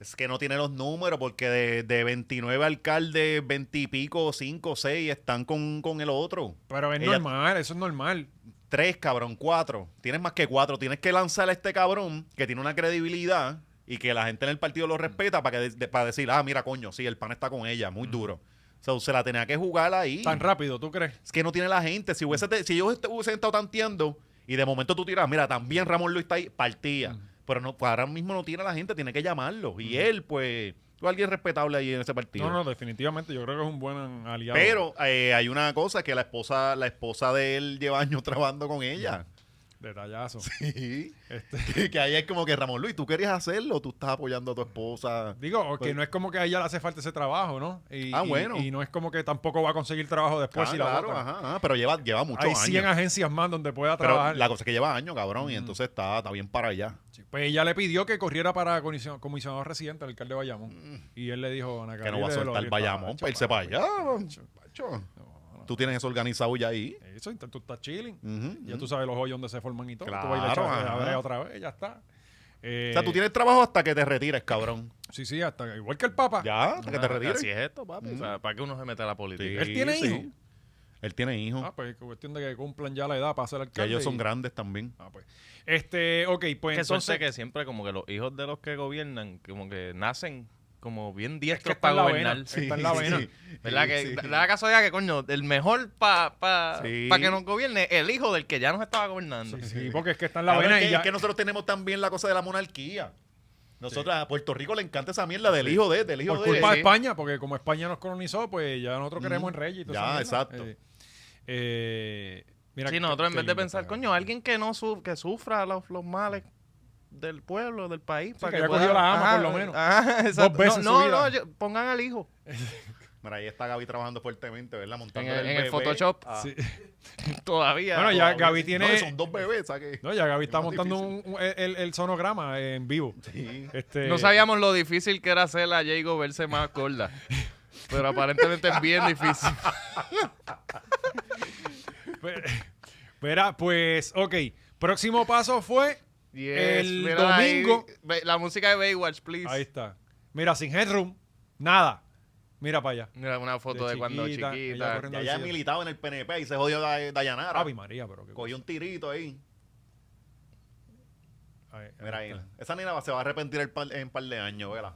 S2: Es que no tiene los números porque de, de 29 alcaldes, 20 y pico, 5, 6 están con, con el otro.
S1: Pero es
S2: Ella-
S1: normal, eso es normal.
S2: Tres, cabrón, cuatro. Tienes más que cuatro. Tienes que lanzar a este cabrón que tiene una credibilidad y que la gente en el partido lo respeta para, que de- de- para decir, ah, mira, coño, sí, el pan está con ella, muy duro. O sea, se la tenía que jugar ahí.
S1: Tan rápido, ¿tú crees?
S2: Es que no tiene la gente. Si, hubiese te- si ellos est- hubiesen estado tanteando y de momento tú tiras, mira, también Ramón Luis está ahí, partía.
S1: Mm.
S2: Pero no, pues ahora mismo no tiene la gente, tiene que llamarlo. Y él, pues, fue alguien respetable ahí en ese partido.
S1: No, no, definitivamente, yo creo que es un buen aliado.
S2: Pero eh, hay una cosa que la esposa, la esposa de él lleva años [laughs] trabajando con ella.
S1: Detallazo.
S2: [laughs] Sí.
S1: Este,
S2: Que, que ahí es como que Ramón Luis, tú querías hacerlo, tú estás apoyando a tu esposa.
S1: digo, que
S2: Pues-
S1: no es como que a ella le hace falta ese trabajo, ¿no? Y,
S2: Ah,
S1: y-
S2: bueno.
S1: Y, no es como que tampoco va a conseguir trabajo después
S2: Ah,
S1: si la
S2: claro,
S1: botan.
S2: ajá, ajá, pero lleva, lleva muchos
S1: Hay 100
S2: años.
S1: agencias más donde pueda
S2: Pero
S1: trabajar.
S2: la cosa es que lleva años, cabrón, y
S1: Mm.
S2: entonces está, está bien para allá.
S1: Sí, Pues ella le pidió que corriera para comision- comisionado residente, el alcalde de Bayamón. Y él le dijo, Ana
S2: Mm. Que no va a
S1: Gabriel,
S2: soltar
S1: lo-
S2: Bayamón
S1: Chacho,
S2: para irse para allá.
S1: chacho,
S2: macho.
S1: no, no.
S2: Tú tienes eso organizado ya ahí.
S1: Eso, ent- tú estás chilling.
S2: Ujú,
S1: Ya
S2: ujú.
S1: tú sabes los hoyos donde se forman y todo.
S2: Mm. Claro,
S1: tú vas y le echas
S2: ajá.
S1: la brea otra vez, ya está. Eh,
S2: O sea, tú tienes trabajo hasta que te retires, cabrón.
S1: Sí, sí, hasta igual que el Papa.
S2: Ya, hasta que te retires.
S3: Así es esto, papi. O sea, ¿para qué uno se mete a la
S2: Sí,
S3: política?
S1: ah, ¿Él tiene
S2: sí.
S1: hijos?
S2: Él tiene hijos.
S1: Ah, pues es cuestión de que cumplan ya la edad para ser
S2: que
S1: alcalde.
S2: ellos son
S1: y-
S2: grandes también.
S1: Ah, pues. Este, ok, pues
S3: Que
S1: entonces...
S3: suerte que siempre como que los hijos de los que gobiernan, como que nacen como bien
S1: es que
S3: diestros
S1: está en
S3: para
S1: la vena,
S3: gobernar.
S1: está en la vena.
S2: sí.
S3: ¿Verdad?
S2: Sí,
S3: Que
S2: sí.
S3: da da la casualidad que, coño, el mejor para pa,
S2: Sí.
S3: pa que nos gobierne el hijo del que ya nos estaba gobernando.
S1: Sí,
S2: [laughs]
S1: sí, porque es que está en la
S2: Cabrón,
S1: vena
S2: es
S1: y
S2: que,
S1: ya...
S2: es que nosotros tenemos también la cosa de la monarquía. Nosotros a Puerto Rico le encanta esa mierda del hijo de, del hijo
S1: por
S2: de.
S1: culpa de
S2: Sí.
S1: España, porque como España nos colonizó, pues ya nosotros queremos en reyes y todo Eh,
S2: Ya, exacto.
S1: mira,
S3: Sí,
S1: qué-
S3: nosotros en
S1: qué
S3: vez de
S1: lindo
S3: pensar,
S1: está.
S3: coño, alguien que no su- que sufra los, los males del pueblo, del país.
S1: que haya cogido la ama, por lo menos.
S3: Ajá, [laughs] exacto.
S1: Dos veces en
S3: no,
S1: su
S3: no,
S1: vida.
S3: no, yo- pongan
S1: [laughs]
S3: al hijo.
S2: Mira, ahí está Gaby trabajando fuertemente, ¿verdad?
S3: En
S2: Montando
S3: el, en el
S2: bebé.
S3: Photoshop.
S2: Ah.
S1: Sí.
S3: Todavía.
S1: Bueno, ya Gaby tiene.
S2: No, [laughs] son dos bebés, ¿sabes?
S1: No, ya Gaby está
S2: más
S1: montando un, un- el, el sonograma en
S2: [laughs]
S1: vivo. [laughs]
S2: Sí.
S1: Este,
S3: No sabíamos lo difícil que era hacer a Jago verse más gorda. Pero aparentemente es
S1: [laughs]
S3: bien difícil.
S1: pe- Verá, pues, ok. Próximo paso fue.
S3: Yes,
S1: El
S3: mira ahí,
S1: domingo-
S3: ve- la música de Baywatch, please.
S1: Ahí está. Mira, sin headroom, nada. Mira para allá.
S3: Mira una foto de,
S1: De
S3: cuando
S1: chiquita, ella
S3: chiquita.
S1: corriendo.
S2: Ya ya militaba en el PNP y se jodió Day- Dayanara.
S1: Ave María, pero qué
S2: Cogió un tirito ahí.
S1: cosa. Ahí- ahí
S2: Mira ahí.
S1: está.
S2: Esa nena va- se va a arrepentir el par- en un par de años, ¿verdad?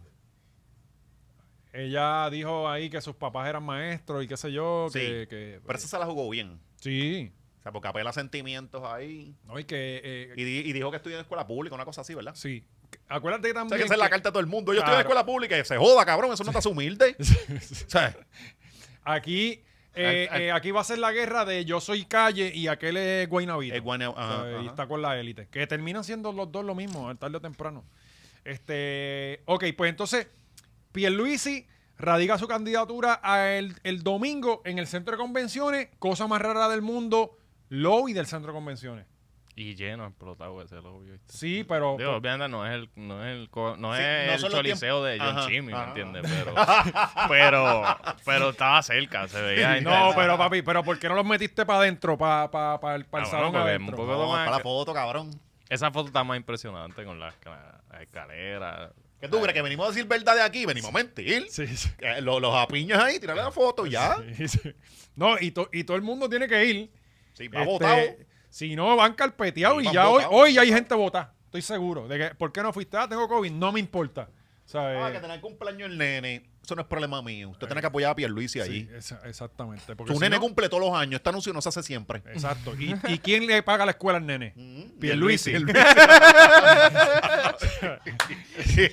S1: Ella dijo ahí que sus papás eran maestros y qué sé yo.
S2: Sí.
S1: que- que-
S2: Pero esa se la jugó bien.
S1: Sí.
S2: O sea, porque apela a sentimientos ahí.
S1: No, y que. eh,
S2: Y, di- y dijo que estudió en escuela pública, una cosa así, ¿verdad?
S1: sí. Acuérdate que
S2: O
S1: también.
S2: sea, que esa es la
S1: que-
S2: carta de todo el mundo. Yo estoy en
S1: Claro.
S2: escuela pública y se joda, cabrón. Eso no te hace
S1: [laughs]
S2: humilde. O sea,
S1: Aquí, eh,
S3: Al- al-
S1: eh, aquí va a ser la guerra de yo soy calle y aquel es Guaynabito.
S2: es guane-
S1: O sea,
S2: ajá,
S1: y
S2: ajá.
S1: está con la élite. Que terminan siendo los dos lo mismo, al tarde o temprano. Este, ok, pues entonces, Pierluisi radica su candidatura a el, el domingo en el centro de convenciones, cosa más rara del mundo, lobby del centro de convenciones.
S3: Y lleno, explotado ese lobby. ¿viste?
S1: Sí, pero,
S3: Digo, obviamente no es el, no es el, co- no
S2: Sí,
S3: es
S2: no
S3: el
S2: son los
S3: choliseo de John
S2: tiempos.
S3: Chimmy, ¿me
S2: Ajá.
S3: entiendes? [laughs] Pero, pero, pero estaba cerca, se veía.
S1: no,
S3: intenso.
S1: pero papi, pero ¿por qué no los metiste para adentro, para el, pa el
S3: Ah, bueno,
S1: salón
S3: porque es
S1: adentro?
S3: un poco-
S2: No, para la foto, cabrón.
S3: Esa foto está más impresionante con las escaleras.
S2: ¿Qué tú crees? ¿Que venimos a decir verdad de aquí? Venimos a mentir.
S1: Sí, sí.
S2: Eh, lo- los apiñas ahí, tirarle la foto, ya.
S1: [laughs] Sí, sí. No, y, to- y todo el mundo tiene que ir.
S2: Sí, va
S1: Este,
S2: votado.
S1: Si no, van carpeteados
S2: Sí,
S1: y
S2: van
S1: ya hoy,
S2: votados.
S1: hoy ya hay gente votada. Estoy seguro. De que, ¿Por qué no fuiste? Ah, tengo COVID. No me importa. eh, ¿Sabes?
S2: Ah, que tener cumpleaños el nene. Eso no es problema mío. Usted tiene que apoyar a Pierluisi
S1: Sí,
S2: ahí.
S1: esa- exactamente. Porque
S2: Su
S1: si
S2: nene
S1: no-
S2: cumple todos los años. Este anuncio no se hace siempre.
S1: Exacto.
S2: [laughs]
S1: ¿Y, y quién le paga la escuela al nene?
S2: Mm,
S1: Mm, Pierluisi. [laughs]
S2: [laughs]
S1: Sí,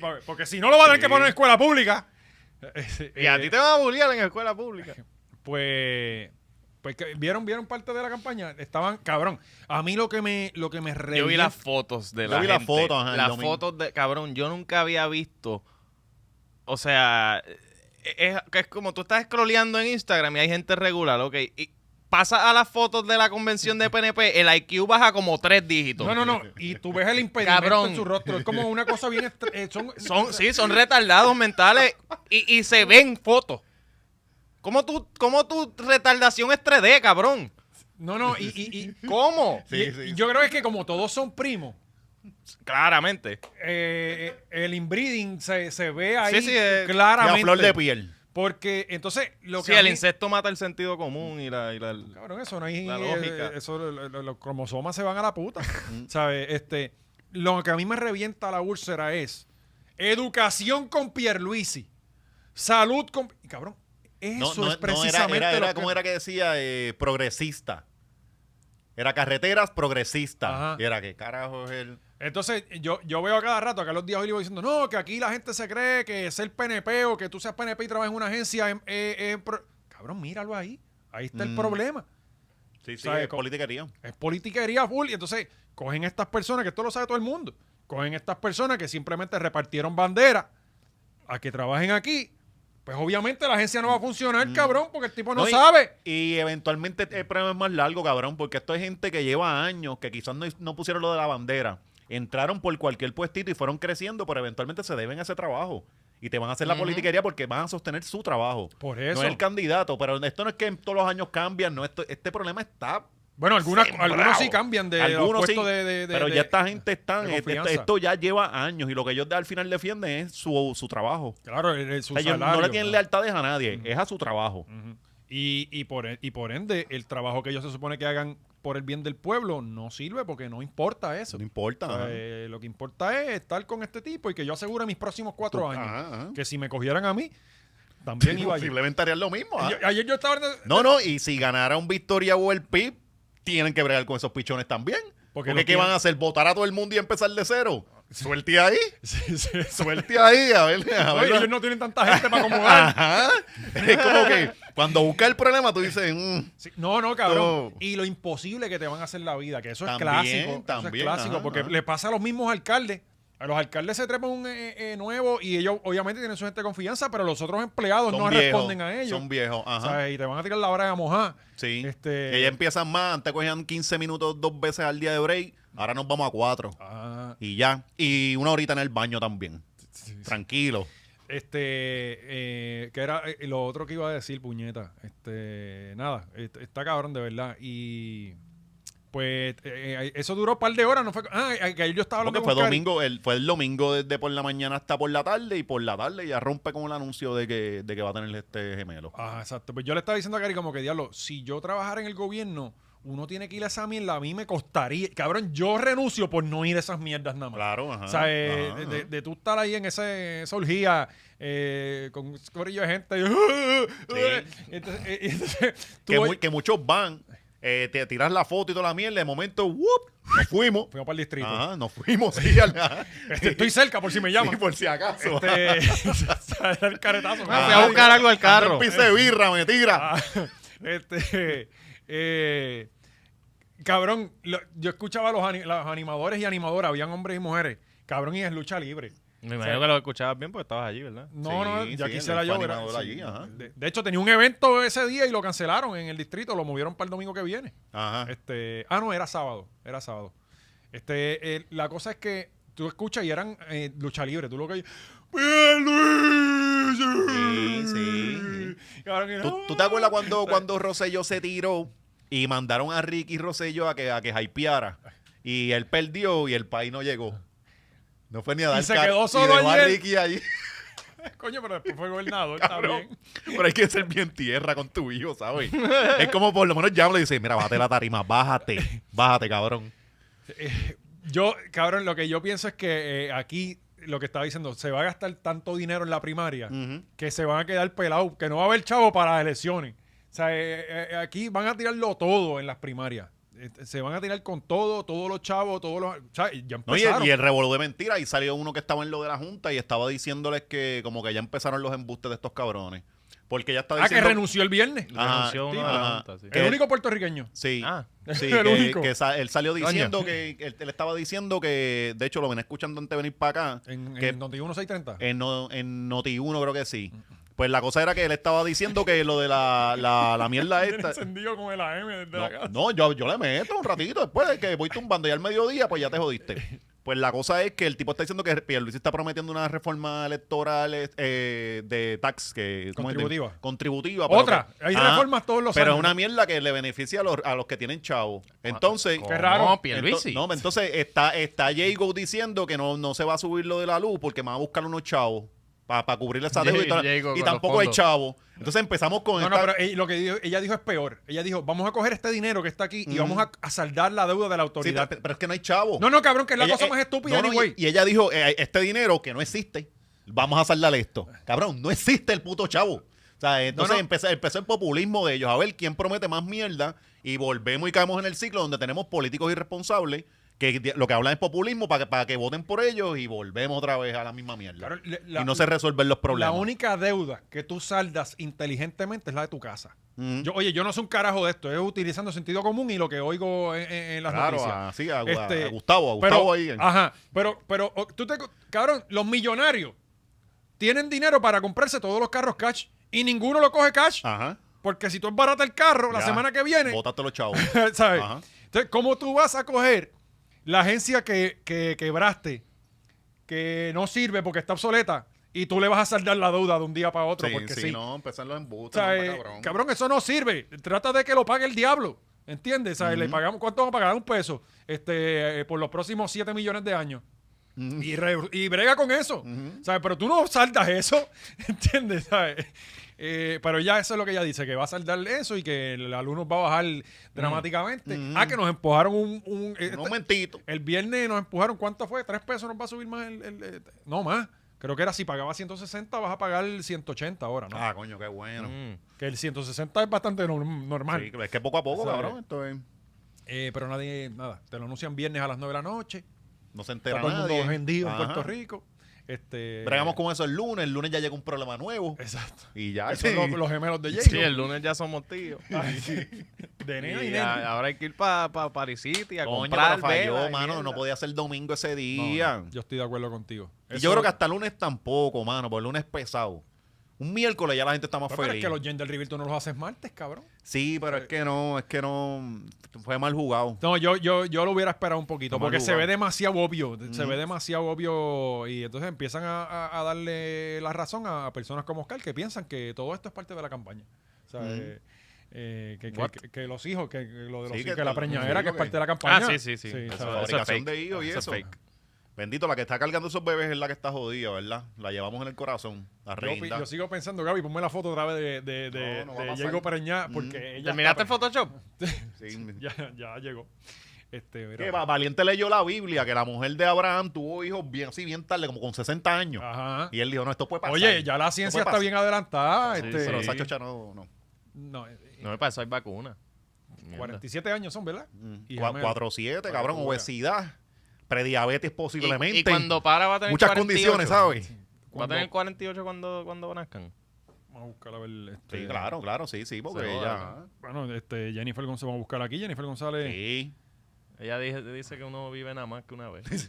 S1: pa- Porque si no lo van a tener que poner en escuela pública. Eh, eh,
S3: Y a
S1: eh,
S3: ti te van a bullear en la escuela pública.
S1: Pues, pues que- vieron, vieron parte de la campaña. Estaban, cabrón. A mí lo que me, lo que me
S3: Yo vi
S1: revienta-
S3: las fotos de
S2: Yo
S3: la
S2: vi las
S3: gente.
S2: fotos, ajá, el
S3: Las
S2: domingo.
S3: fotos de... Cabrón, yo nunca había visto... O sea, es, es como tú estás scrolleando en Instagram y hay gente regular, ok. Y pasas a las fotos de la convención de PNP, el IQ baja como tres dígitos.
S1: No, no, no. Y tú ves el impedimento
S3: Cabrón.
S1: en su rostro. Es como una cosa bien. estre- eh, son,
S3: Son, sí, son retardados mentales y, y se ven fotos. ¿Cómo tú, cómo tu retardación es 3D, cabrón?
S1: No, no. Y, y- y-
S3: ¿Cómo?
S1: y- y yo creo que es que como todos son primos,
S3: Claramente.
S1: eh, el inbreeding se, se ve ahí
S3: Sí, sí, eh,
S1: claramente.
S2: Y a flor de piel.
S1: Porque entonces lo que.
S3: Sí,
S1: a
S3: el
S1: mí-
S3: incesto mata el sentido común y la... y la-
S1: Cabrón, eso no hay.
S3: La
S1: eh,
S3: lógica.
S1: eso, lo- lo- lo- los cromosomas se van a la
S2: [laughs]
S1: puta. ¿Sabes? Este, lo que a mí me revienta la úlcera es educación con Pierluisi, salud con. Cabrón,
S2: No,
S1: eso
S2: no,
S1: es
S2: no, era,
S1: precisamente
S2: era,
S1: lo
S2: era,
S1: que-
S2: ¿cómo era que decía? Eh, progresista. Era carreteras progresista.
S1: Ajá.
S2: Y era que carajo es el...
S1: Entonces, yo, yo veo a cada rato, acá los días hoy le voy diciendo, no, que aquí la gente se cree que ser PNP o que tú seas PNP y trabajas en una agencia. em- eh, eh, pro- Cabrón, míralo ahí. Ahí está el
S2: Mm.
S1: problema.
S2: Sí, sí,
S1: ¿Sabe
S2: es
S1: cómo?
S2: politiquería.
S1: Es politiquería full. Y entonces cogen estas personas, que esto lo sabe todo el mundo, cogen estas personas que simplemente repartieron bandera a que trabajen aquí. Pues obviamente la agencia no va a funcionar, cabrón, porque el tipo no,
S2: Mm. y-
S1: sabe.
S2: Y eventualmente el problema es más largo, cabrón, porque esto es gente que lleva años, que quizás no, no pusieron lo de la bandera. Entraron por cualquier puestito y fueron creciendo, pero eventualmente se deben a ese trabajo. Y te van a hacer la
S3: Ujú.
S2: politiquería porque van a sostener su trabajo.
S1: Por eso.
S2: No es el candidato, pero esto no es que todos los años cambian. No, esto, este problema está
S1: Bueno, algunas,
S2: sembrado.
S1: algunos sí cambian de los
S2: Algunos sí,
S1: puestos de, de- de-
S2: pero
S1: de-
S2: ya esta gente está,
S1: de
S2: esto,
S1: confianza.
S2: esto ya lleva años y lo que ellos al final defienden es su, su trabajo.
S1: Claro, el- el- su
S2: O sea, ellos no
S1: salario,
S2: le tienen
S1: ¿no? Mm.
S2: lealtades a nadie, es a su trabajo.
S1: Ujú. Y, y, por, e- y por ende, el trabajo que ellos se supone que hagan por el bien del pueblo no sirve porque no importa eso.
S2: No importa.
S1: O sea,
S2: ajá.
S1: eh, lo que importa es estar con este tipo y que yo asegure mis próximos cuatro
S2: Tú-
S1: años.
S2: ajá, ajá.
S1: Que si me cogieran a mí, también iba yo.
S2: Posiblemente harían lo mismo. ah.
S1: Yo- Ayer yo estaba
S2: [laughs]
S1: hablando-
S2: No, no, y si ganara un Victoria o el PIB, tienen que bregar con esos pichones también.
S1: Porque
S2: Porque,
S1: los
S2: ¿qué
S1: tienen-
S2: van a hacer? ¿Votar a todo el mundo y empezar de cero?
S1: [laughs]
S2: Suelte ahí,
S1: Sí, sí, eso es.
S2: suelte ahí, a ver. A
S1: No,
S2: ver
S1: ellos no tienen tanta gente para
S2: [laughs]
S1: acomodar.
S2: Ajá. Es como que cuando busca el problema, tú dices, mm,
S1: Sí, No, no, cabrón.
S2: No.
S1: Y lo imposible que te van a hacer la vida, que eso es
S2: También,
S1: clásico. eso es
S2: también,
S1: clásico,
S2: ajá,
S1: porque
S2: ajá.
S1: le pasa a los mismos alcaldes. A los alcaldes se trepan un eh, eh, nuevo y ellos obviamente tienen su gente de confianza, pero los otros empleados
S2: son
S1: no
S2: viejos,
S1: responden a ellos.
S2: Son viejos, ajá.
S1: ¿sabes? Y te van a tirar la hora de mojar.
S2: Sí.
S1: Este-
S2: Que ya empiezan más. Antes cogían 15 minutos dos veces al día de break. Ahora nos vamos a cuatro.
S1: Ah,
S2: Y ya. Y una horita en el baño también. Tranquilo.
S1: Este, eh, que era eh, lo otro que iba a decir, puñeta. Este, nada, est- está cabrón de verdad. Y pues eh, eh, eso duró un par de horas, no fue. Ah, eh, que ayer yo estaba hablando
S2: Porque fue
S1: con Cari.
S2: domingo, el, fue el domingo desde por la mañana hasta por la tarde. Y por la tarde ya rompe con el anuncio de que, de que va a tener este gemelo.
S1: Ah, exacto. Pues yo le estaba diciendo a Cari como que diablo, si yo trabajara en el gobierno, uno tiene que ir a esa mierda, a mí me costaría. Cabrón, yo renuncio por no ir a esas mierdas nada más.
S2: Claro, ajá.
S1: O sea, eh,
S2: Ajá,
S1: de,
S2: ajá.
S1: de- de tú estar ahí en ese, esa orgía eh, con un corillo de gente. [laughs] y- Entonces, eh, y entonces, tú
S2: que,
S1: voy-
S2: mu- que muchos van, eh, te tiras la foto y toda la mierda. De momento, ¡whoop! Nos fuimos.
S1: Fuimos para el distrito.
S2: Ajá, nos fuimos. [laughs] Sí, al- ajá.
S1: [laughs] Este, estoy cerca por si me
S2: Sí, pues.
S1: llaman.
S2: por si acaso.
S1: Este, [laughs] sale el caretazo.
S3: Ah, fui a buscar algo al carro.
S2: Piso de birra, me tira.
S1: Ah,
S2: [laughs]
S1: este, eh, cabrón, lo- yo escuchaba a los, ani- los animadores y animadoras, habían hombres y mujeres. Cabrón, y es lucha libre.
S3: Me imagino que lo escuchabas bien porque estabas allí, ¿verdad?
S1: No,
S2: Sí,
S1: no,
S2: sí,
S1: ya
S2: él
S1: quisiera
S2: fue
S1: yo. ver-
S2: animador
S1: sí.
S2: allí, ajá.
S1: de, de hecho, tenía un evento ese día y lo cancelaron en el distrito, lo movieron para el domingo que viene.
S2: Ajá.
S1: Este, ah, no, era sábado, era sábado. Este, eh, la cosa es que tú escuchas y eran eh, lucha libre, tú lo que
S2: Sí, sí, ¿Tú,
S1: "Ah,
S2: tú te acuerdas cuando, cuando Rosselló se tiró y mandaron a Ricky Rosselló a que, a que hypeara? Y él perdió y el país no llegó. No fue ni a dar
S1: se
S2: car-
S1: quedó
S2: y
S1: solo
S2: dejó a
S1: ayer.
S2: Ricky allí.
S1: Coño, pero después fue
S2: [laughs]
S1: gobernador también.
S2: Pero hay que ser bien tierra con tu hijo, ¿sabes? es como por lo menos ya le dice, mira, bájate la tarima, bájate, bájate, cabrón.
S1: Yo, cabrón, lo que yo pienso es que eh, aquí lo que estaba diciendo, se va a gastar tanto dinero en la primaria
S2: Ujú.
S1: que se van a quedar pelados, que no va a haber chavo para las elecciones. O sea, eh, eh, aquí van a tirarlo todo en las primarias. Este, Se van a tirar con todo, todos los chavos, todos los... O sea, ya
S2: No, y, el-
S1: empezaron.
S2: y el revolú de mentiras, y salió uno que estaba en lo de la Junta y estaba diciéndoles que como que ya empezaron los embustes de estos cabrones. Porque ya está
S1: ah, que
S2: diciendo...
S1: renunció el viernes.
S2: Ajá,
S3: Renunció uno de la
S2: ajá.
S3: Junta, sí.
S1: El único puertorriqueño.
S2: Sí,
S3: Ah.
S2: [laughs] sí,
S1: El
S2: que-
S1: único.
S2: que sa- él salió
S3: Coño.
S2: diciendo que, él, él estaba diciendo que, de hecho lo venía escuchando antes de venir para acá,
S1: En,
S2: que Eh,
S1: en 91630.
S2: En, no, en Noti1 creo que sí. Pues la cosa era que él estaba diciendo que lo de la, la,
S1: [laughs]
S2: la mierda
S1: Tiene
S2: esta...
S1: encendido con el AM desde la
S2: No,
S1: casa.
S2: no, yo, yo le meto un ratito después de que voy tumbando ya al mediodía, pues ya te jodiste. Pues la cosa es que el tipo está diciendo que Pierluisi está prometiendo una reforma electoral eh, de tax que ¿cómo es? De-
S1: Contributiva.
S2: contributiva. pero
S1: Otra.
S2: que-
S1: Hay
S2: Ah,
S1: reformas todos los
S2: Pero es
S1: años.
S2: una mierda que le beneficia a los, a los que tienen chavo. Entonces,
S1: Qué raro.
S3: No,
S2: ento-
S3: pues, Ah, Pierluisi.
S2: no, entonces está, está Jago diciendo que no, no se va a subir lo de la luz porque van a buscar unos chavos para cubrir esa deuda y, tal.
S3: Jago
S2: Y
S3: con los
S2: tampoco hay
S3: fondos.
S2: chavo. Entonces empezamos con
S1: No, no,
S2: esta-
S1: pero ella- lo que dijo- ella dijo es peor. Ella dijo, vamos a coger este dinero que está aquí y
S2: Ujú.
S1: vamos a, a saldar la deuda de la
S2: Sí,
S1: autoridad.
S2: pero, pero es que no hay chavo.
S1: no, no, cabrón, que es la
S2: Ella-
S1: cosa
S2: eh,
S1: más estúpida,
S2: no, no,
S1: anyway.
S2: y, y ella dijo, eh, este dinero que no existe, vamos a saldar esto. Cabrón, no existe el puto chavo. O sea, entonces
S1: no.
S2: Empezó, empezó el populismo de ellos, a ver quién promete más mierda y volvemos y caemos en el ciclo donde tenemos políticos irresponsables que di- lo que hablan es populismo para que, para que voten por ellos y volvemos otra vez a la misma mierda.
S1: Claro, le- la-
S2: y no se resuelven los
S1: la
S2: problemas.
S1: única deuda que tú saldas inteligentemente es la de tu casa.
S2: Ujú.
S1: Yo, oye, yo no sé un carajo de esto, es utilizando sentido común y lo que oigo en, en- en las
S2: claro,
S1: noticias.
S2: a- sí, a- a-
S1: Este,
S2: a Gustavo, a
S1: pero,
S2: Gustavo ahí.
S1: Ajá, pero, pero o- tú te... Cabrón, los millonarios tienen dinero para comprarse todos los carros cash y ninguno lo coge cash.
S2: Ajá.
S1: Porque si tú embarata el carro la
S2: Ah. Ya.
S1: semana que viene,
S2: Bótate
S1: [laughs]
S2: los chavos.
S1: ¿sabes?
S2: Ajá.
S1: Entonces, ¿cómo tú vas a coger la agencia que, que quebraste, que no sirve porque está obsoleta, y tú le vas a saldar la deuda de un día para otro?
S2: Sí,
S1: porque sí.
S2: sí, no, empezaron los
S1: O
S2: embustes.
S1: sea,
S2: no,
S1: eh, cabrón. eso no sirve. Trata de que lo pague el diablo. ¿Entiendes? O sea, le pagamos, ¿Cuánto vamos a pagar? Un peso este, eh, por los próximos 7 millones de años. Y, re- y brega con eso. ¿Sabes? Pero tú no saldas eso. [laughs] ¿Entiendes? ¿Sabes? Eh, pero ya eso es lo que ella dice, que va a saldar eso y que el alumno va a bajar dramáticamente. Ah, que nos empujaron un... un- eh,
S2: Un
S1: esta-
S2: momentito.
S1: el viernes nos empujaron, ¿cuánto fue? ¿Tres pesos nos va a subir más? El, el- eh, no, más. Creo que era si pagaba 160, vas a pagar 180 ahora, ¿no?
S2: Ah, coño, qué bueno.
S3: Mm.
S1: Que el 160 es bastante norm- normal.
S2: Sí, es que poco a poco,
S1: ¿Sabes?
S2: cabrón. Esto es-
S1: Eh, pero nadie, nada, te lo anuncian viernes a las 9 de la noche.
S2: no se
S1: Está
S2: entera
S1: todo el mundo
S2: nadie.
S1: vendido en
S2: Ajá.
S1: Puerto Rico. Este,
S2: Bregamos con eso el lunes. El lunes ya llega un problema nuevo.
S1: Exacto.
S2: Y [laughs] ya.
S1: Que son
S2: sí.
S1: Los, los gemelos de Jacob.
S3: Sí, el lunes ya
S2: [laughs]
S3: somos tíos.
S1: De nena y
S3: Y
S1: nena.
S3: a- ahora hay que ir para Paris City a
S2: Coño,
S3: comprar.
S2: pero falló,
S3: vela y
S2: mano. No
S3: mierda.
S2: podía ser domingo ese
S1: No, no,
S2: día.
S1: yo estoy de acuerdo contigo.
S2: Y
S1: Eso-
S2: yo creo que hasta el lunes tampoco, mano. Porque el lunes es pesado. Un miércoles ya la gente está más
S1: Pero, pero es
S2: feliz.
S1: que los gender reveal tú no los haces martes, cabrón.
S2: Sí, pero es que no, es que no. Fue mal jugado.
S1: No, yo, yo, yo lo hubiera esperado un poquito,
S2: Toma
S1: porque se
S2: lugar.
S1: ve demasiado obvio, se ve demasiado obvio y entonces empiezan a, a- a darle la razón a personas como Oscar que piensan que todo esto es parte de la campaña. O sea, eh, eh, que, que-
S3: What?
S1: que- que los hijos, que, que lo de los
S2: Sí,
S1: hijos,
S2: que
S1: que la
S2: te-
S1: preñadera,
S2: sí,
S1: que es
S2: ok.
S1: parte de la campaña.
S3: Ah, sí, sí, sí.
S2: La
S3: Eso
S1: ¿sabes?
S3: es
S2: fabricación
S3: fake.
S2: de hijos y
S3: Eso es
S2: eso.
S3: fake.
S2: Bendito, la que está cargando esos bebés es la que está jodida, ¿verdad? La llevamos en el corazón. La
S1: Yo, pi-
S2: reina.
S1: yo sigo pensando, Gaby, ponme la foto otra vez de, de, de,
S2: No, no va
S1: de
S2: a pasar.
S1: Diego Preñá, porque ella está
S3: ¿Terminaste el
S1: preñada.
S3: Photoshop?
S2: Sí.
S1: [laughs] Ya, ya llegó. Este, mira.
S2: Que va- Valiente leyó la Biblia, que la mujer de Abraham tuvo hijos bien así, bien tarde, como con 60 años.
S1: Ajá.
S2: Y él dijo, no, esto puede pasar.
S1: Ah. Oye, ya la
S2: Esto
S1: ciencia está
S2: puede pasar.
S1: bien adelantada.
S3: Sí,
S1: este,
S2: Pero
S3: sí.
S2: Sacho Chá no, no.
S1: no, eh,
S3: No me pasó, hay vacuna. Mierda.
S1: 47 años son, ¿verdad? Y
S2: Mm, Cua-
S1: jamás-
S2: 4-7, cabrón,
S1: Locura.
S2: obesidad, prediabetes
S3: Y-
S2: posiblemente.
S3: Y, cuando para va a tener
S2: Muchas
S3: 48.
S2: condiciones, ¿sabes?
S3: Va a
S1: Cuando-
S3: tener 48 cuando, cuando nazcan.
S1: Vamos a buscar a ver. Este,
S2: Sí, claro, claro, sí, sí, porque
S3: Se joda,
S2: ella...
S1: Bueno, este, Jennifer González, vamos a buscar aquí. Jennifer González.
S2: Sí.
S3: Ella dice, dice que uno vive nada más que una
S2: [laughs]
S3: vez.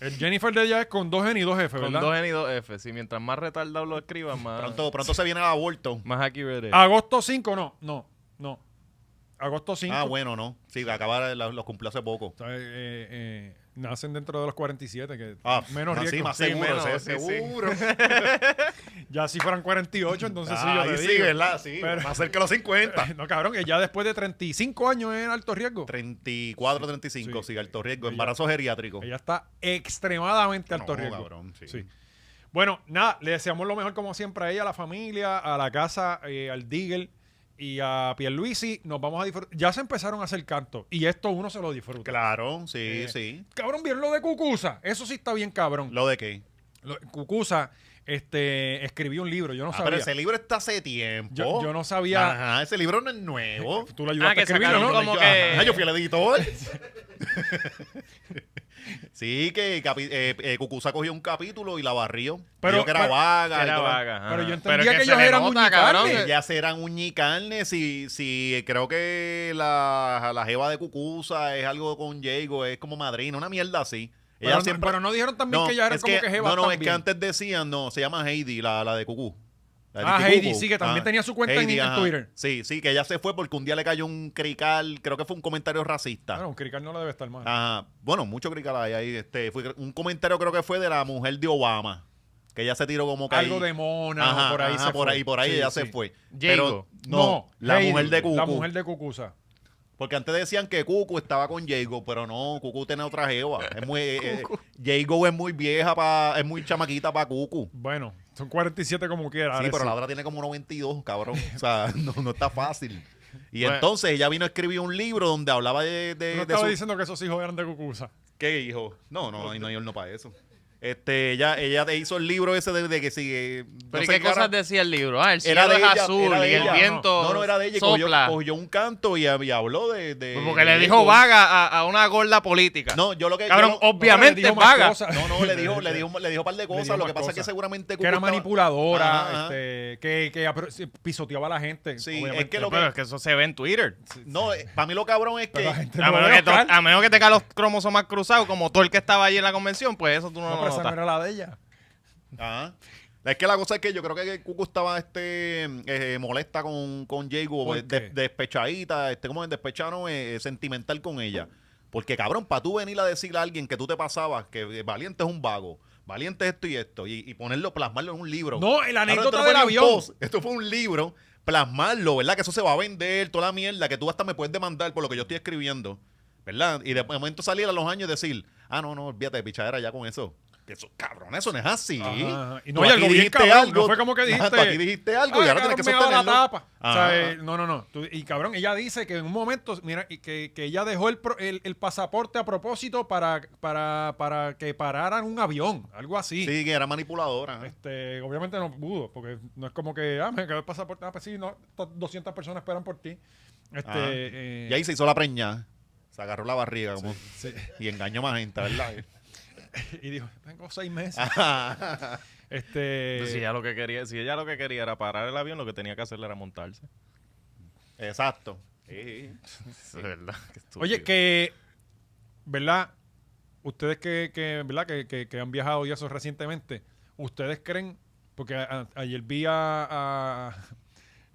S1: El Jennifer de ella es con dos N y dos F,
S3: Con
S1: ¿verdad?
S3: dos N y dos F. Si mientras más retardado lo escribas, más,
S2: Pronto, pronto se viene el aborto.
S3: más accurate. es.
S1: Agosto 5, no, no, no. Agosto 5.
S2: Ah, bueno, no. Sí, acaba la- los cumplió hace poco.
S1: O sea, eh, eh, eh, nacen dentro de los 47, que
S2: Ah,
S1: menos
S2: así,
S1: riesgo.
S2: más
S1: Sí,
S2: seguro,
S1: menos,
S2: se-
S1: sí, sí.
S2: seguro.
S1: Ya si fueran 48, entonces sí yo
S2: Ah,
S1: te
S2: ahí sí,
S1: digo.
S2: ¿verdad? Sí,
S1: Pero-
S2: más cerca de
S1: [laughs]
S2: los 50.
S1: No, cabrón, que ya después de 35 años es alto riesgo.
S2: 34, 35,
S1: Sí.
S2: sí, alto riesgo,
S1: Ella-
S2: embarazo geriátrico.
S1: Ella está extremadamente alto
S2: No,
S1: riesgo.
S2: cabrón, sí.
S1: Sí. Este, Bueno, nada, le deseamos lo mejor como siempre a ella, a la familia, a la casa, eh, al Deagle y a Pierluisi. Nos vamos a disfrutar. Ya se empezaron a hacer canto y esto uno se lo disfruta.
S2: Claro, sí,
S1: Eh,
S2: sí.
S1: Cabrón, ¿vieron lo de Cucusa? Eso sí está bien, cabrón.
S2: ¿Lo de qué?
S1: Lo- Cucusa este, escribió un libro, yo no
S2: Ah, pero
S1: sabía.
S2: ese libro está hace tiempo.
S1: Yo- yo no sabía-
S2: Ajá, ese libro no es nuevo.
S1: [laughs] Tú le ayudaste
S3: Ah, que
S1: a escribirlo,
S3: sacaron
S1: ¿no?
S3: como-
S2: yo,
S3: que-
S2: ajá, yo fui el editor. [laughs] sí, que capi- eh, eh, Cucusa cogió un capítulo y la barrió.
S1: Pero-
S2: Pero que era
S1: pero-
S2: vaga. y
S3: Era
S2: todo.
S3: vaga. ajá.
S1: Pero yo
S3: Pero
S1: entendía que,
S3: se
S1: ellos
S3: le
S1: eran
S3: nota,
S1: muy
S3: cabrón.
S1: carne.
S2: Ellas eran uñicarne, si, si creo que la, la jeva de Cucusa es algo con Diego, es como madrina, una mierda así.
S1: Pero,
S2: Ella
S1: no-
S2: siempre,
S1: pero no dijeron también que ya eran
S2: es
S1: como que, jevas
S2: No, no, es
S1: también.
S2: que antes decían, no, se llama Heidi, la, la de Cucú. La de
S1: Ah,
S2: Titi
S1: Heidi,
S2: Cucú.
S1: sí, que también tenía su cuenta en- en
S2: ajá.
S1: Twitter.
S2: Sí, sí, que ella se fue porque un día le cayó un crical, creo que fue un comentario racista.
S1: Claro, un crical no la debe estar mal.
S2: Ajá. Bueno, mucho crical hay ahí. Este, fue un comentario creo que fue de la mujer de Obama, que ella se tiró como que
S1: Algo
S2: ahí-
S1: de mona
S2: Ajá,
S1: o por ahí
S2: ajá,
S1: se
S2: por
S1: fue.
S2: ahí, por ahí
S1: Sí,
S2: ella
S1: sí.
S2: se fue.
S3: Diego.
S2: Pero no, la
S1: Heidi,
S2: mujer de Cucú.
S1: La mujer de Cucusa.
S2: Porque antes decían que Cucu estaba con Jago, pero no, Cucu tiene otra jeva. Es muy, eh, eh, Jago es muy vieja, pa- es muy chamaquita para Cucu.
S1: Bueno, son 47 como quiera.
S2: Sí,
S1: Alexis.
S2: pero la otra tiene como 92, cabrón. O sea, [laughs] no, no está fácil. Y
S3: Bueno.
S2: entonces ella vino a escribir un libro donde hablaba de, de-
S1: No
S2: de
S1: estaba
S2: su-
S1: diciendo que esos hijos eran de Cucusa.
S2: ¿Qué hijo? No, no, no, no, no para eso. Este, ella, ella te hizo el libro ese de, de que si... eh, no
S3: Pero ¿y
S2: sé
S3: qué cosas
S2: ahora-
S3: decía el libro? Ah, el cielo
S2: Era de
S3: es
S2: ella,
S3: azul
S2: era de
S3: y el
S2: ella.
S3: viento
S2: No, no, era de ella. y Cogió,
S3: sopla. Pues
S2: cogió un canto y, y habló de... de-
S3: Porque
S2: de
S3: le dijo
S2: Jago.
S3: vaga a, a una gorda política.
S2: No, yo lo que... yo
S3: Cabrón, oh.
S2: lo-
S3: obviamente
S1: No, pero le dijo
S3: es
S1: más
S3: vaga.
S1: cosas.
S2: No, no, le
S1: [laughs]
S2: dijo, le dijo, le dijo un par de
S1: dijo
S2: cosas. Lo
S1: más
S2: que pasa es que
S1: cosas.
S2: seguramente
S1: Que era
S2: Cucu estaba-
S1: manipuladora,
S2: Ajá, ajá.
S1: este, que, que apro- sí, pisoteaba a la gente.
S2: Sí,
S1: obviamente.
S2: es que lo que-
S3: Pero es que eso se ve en Twitter.
S2: No, eh, para mí lo cabrón es que...
S1: Pero la gente
S3: A
S1: no
S3: menos,
S1: ve
S3: que to-
S1: Oscar.
S3: a menos que tenga los cromosomas cruzados, como todo el que estaba allí en la convención, pues eso tú
S1: No,
S3: no,
S1: pero
S3: lo
S1: esa no
S3: notas.
S1: era la de ella.
S2: Ajá. Es que la cosa es que yo creo que Cucu estaba este, eh, molesta con, con Jago,
S1: ¿Por
S2: eh,
S1: qué?
S2: de- despechadita, este, como es despechado, no, eh, sentimental con ella. Porque cabrón, para tú venir a decirle a alguien que tú te pasabas que eh, Valiente es un vago, Valiente es esto y esto, y, y ponerlo, plasmarlo en un libro.
S1: No, la
S2: Cabrón,
S1: anécdota
S2: esto no
S1: del
S2: fue ni un
S1: avión.
S2: post, esto fue un libro, plasmarlo, ¿verdad? Que eso se va a vender, toda la mierda, que tú hasta me puedes demandar por lo que yo estoy escribiendo, ¿verdad? Y de momento salir a los años y decir, ah, no, no, olvídate de pichadera ya con eso. Que Eso, cabrón, eso no es así.
S1: Ajá, ajá. Y
S2: Tú
S1: no, y
S2: aquí
S1: algo bien
S2: dijiste
S1: cabrón,
S2: algo,
S1: no fue como que dijiste,
S2: ajá, tú aquí dijiste algo
S1: "Ay,
S2: y ahora tienes
S1: cabrón, me
S2: que
S1: daba la
S2: sostenerlo. Ah.
S1: tapa. O sea,
S2: Ajá.
S1: eh, no, no, no. Tú- y cabrón, ella dice que en un momento, mira, y que, que ella dejó el, pro- el, el pasaporte a propósito para, para, para que pararan un avión, algo así.
S2: Sí, que era manipuladora. ajá.
S1: Este, obviamente no pudo, porque no es como que, ah, me quedó el pasaporte, ah, pues sí, no, to- 200 personas esperan por ti. Este,
S2: Ajá.
S1: eh,
S2: Ah, Y ahí se hizo la preña. Se agarró la barriga como,
S1: sí,
S2: y engañó más gente, ¿verdad?
S1: [laughs] y dijo, tengo seis meses.
S2: Ajá.
S1: [laughs] Este,
S2: Pues
S3: si, ella lo que quería, si ella lo que quería era parar el avión, lo que tenía que hacer era montarse.
S2: Exacto. Sí.
S3: Es verdad. qué estúpido.
S1: Oye, que, ¿verdad? Ustedes que, que ¿verdad? Que, que- que han viajado y eso recientemente, ¿ustedes creen? Porque a- a- ayer vi a... a-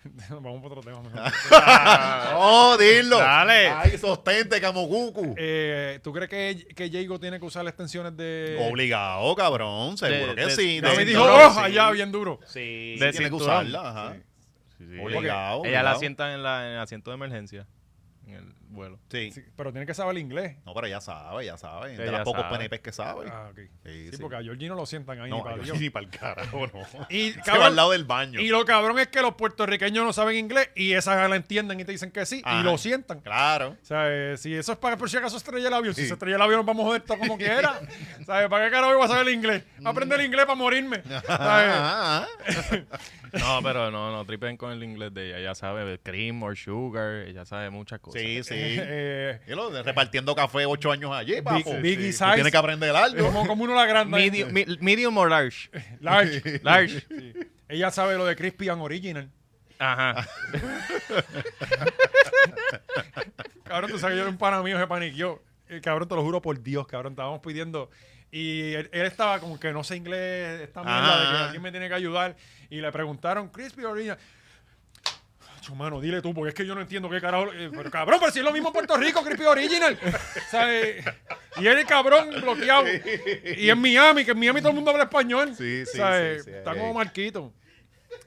S1: [laughs] Vamos para otro tema. mejor.
S2: [laughs]
S1: Ah.
S2: ¡Oh, dilo!
S3: Dale.
S2: ¡Ay, sostente, Camocucu!
S1: Eh, ¿tú crees que, que Diego tiene que usar las extensiones de...
S2: Obligado, cabrón, seguro
S3: De-
S2: que
S3: de-
S2: sí.
S1: David
S2: de-
S1: dijo,
S2: cabrón,
S1: "Oh, allá, bien duro.
S2: Sí, tiene
S3: De
S2: que
S3: cinturón.
S2: usarla, ajá.
S3: Sí. Sí, sí.
S2: Obligado,
S3: Ella
S2: obligado.
S3: la sientan en, la, en el asiento de emergencia, en el vuelo.
S2: Sí.
S1: Sí, pero tiene que saber inglés.
S2: No, pero ya sabe, ya sabe. de
S3: Ella
S2: los pocos
S3: sabe.
S2: PNPs que sabe.
S1: Ah, ok.
S2: Sí,
S1: Sí,
S2: sí.
S1: porque a Georgino lo sientan ahí. ni
S2: no,
S1: para
S2: yo
S1: Dios.
S2: [laughs] ni para el carajo, no.
S1: Y,
S2: Se va
S1: cabrón,
S2: al lado del baño.
S1: y lo cabrón es que los puertorriqueños no saben inglés y esa la entienden y te dicen que sí
S2: Ajá.
S1: y lo sientan.
S2: Claro.
S1: O sea, eh, si eso es para por si acaso estrella el avión, si
S2: Sí.
S1: se estrella el avión nos vamos a joder todo
S2: [laughs]
S1: como quiera. ¿Sabes? ¿Para qué carajo voy a saber el inglés? Aprender
S2: Mm.
S1: el inglés para
S2: [laughs]
S1: morirme. ¿Sabes?
S2: Ajá, ajá.
S3: No, pero no, no tripen con el inglés de ella. Ella sabe de cream or sugar, ella sabe muchas
S2: [laughs]
S3: cosas.
S2: Sí, sí.
S1: [laughs] Eh,
S2: Y lo de repartiendo café ocho años allí, papo.
S1: Big- Biggie
S2: Tú
S1: size.
S2: Tienes que aprender algo.
S1: eh, como, como uno la grande.
S3: Medium, mi- medium or large.
S2: [laughs]
S1: Large.
S3: Large.
S1: Sí. Ella sabe lo de Crispy and Original.
S3: Ajá.
S1: Cabrón, tú sabes, yo era un pana mío, se paniqueó. Eh, Cabrón, te lo juro por Dios, cabrón, estábamos pidiendo. Y él, él estaba como que no sé inglés, esta mierda de que
S2: Ajá.
S1: alguien me tiene que ayudar. Y le preguntaron, Crispy Original. Hacho, Mano, dile tú, porque es que yo no entiendo qué carajo. eh, pero cabrón, pero si es lo mismo en Puerto Rico, Crispy Original. ¿Sabes? Y él el cabrón bloqueado. Y en Miami, que en Miami todo el mundo habla español.
S2: Sí, sí,
S1: ¿Sabes?
S2: sí, sí,
S1: Está
S2: ahí.
S1: como marquito.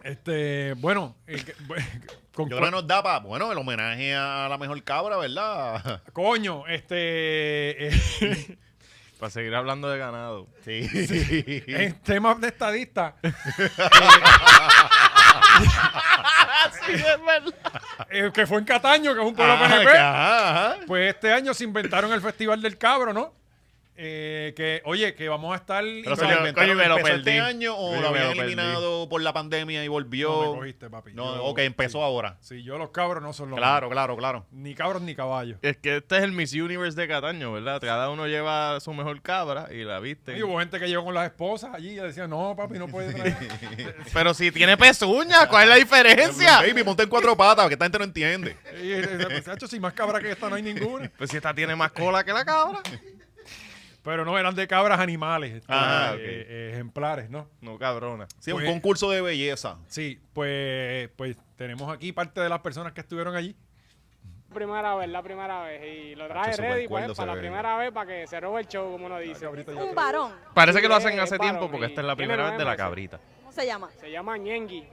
S1: Este, bueno, eh, que- [laughs] con
S2: Yo creo que nos da para, bueno, el homenaje a la mejor cabra, ¿verdad? [laughs]
S1: coño, este eh,
S3: Para seguir hablando de ganado.
S2: Sí. [laughs]
S1: en temas de estadista, eh, que fue en Cataño, que es un pueblo
S2: Ah,
S1: PNP.
S2: que- ajá, ajá.
S1: Pues este año se inventaron el Festival del Cabro, ¿no? Eh, que, oye, que vamos a estar.
S2: Pero
S1: y-
S2: se lo
S3: Coño,
S2: inventaron,
S3: coño, me lo
S2: ¿empezó este
S3: perdí.
S2: año o
S3: Coño,
S2: lo
S3: me
S2: habían
S3: lo perdí.
S2: eliminado por la pandemia y
S1: No,
S2: volvió?
S1: me cogiste, papi.
S2: No,
S1: Yo-
S2: ok, empezó ahora.
S1: Sí, yo los cabros no son los.
S2: Claro, claro, claro.
S1: Ni cabros ni caballos.
S3: Es que este es el Miss Universe de Cataño, ¿verdad? Cada uno lleva su mejor cabra y la
S2: Este-
S3: viste.
S1: Y hubo gente que llegó con las esposas allí y decía, no, papi, no puede
S2: [laughs]
S1: traer.
S3: Pero si tiene pezuña, ¿cuál es la diferencia?
S2: Baby, ponte en cuatro patas, que esta gente no entiende.
S1: y, eh, eh, "Sacho, si más cabra que esta no hay ninguna.
S3: Pues si esta tiene más cola que
S2: [laughs]
S3: la cabra.
S1: Pero no, eran de cabras animales, este,
S2: Ah,
S1: eh,
S2: ok.
S1: eh, ejemplares, ¿no?
S3: No, cabrona.
S2: Sí, un
S1: Pues-
S2: concurso de belleza.
S1: Sí, pues, pues tenemos aquí parte de las personas que estuvieron allí.
S6: primera vez, la primera vez. Y lo traje
S2: Tacho, ese
S6: ready pues,
S2: cuerno se
S6: para la
S2: ve.
S6: primera vez, para que se robe el show, como uno dice.
S1: ahorita ya-
S7: Un varón.
S3: Parece que lo
S6: Sí,
S3: hacen
S6: es
S3: hace
S6: varón
S3: tiempo porque
S6: y
S3: esta es la
S6: tiene
S3: primera vez de la
S6: nueve
S3: cabrita.
S7: ¿Cómo se llama?
S6: Se llama Ñengui.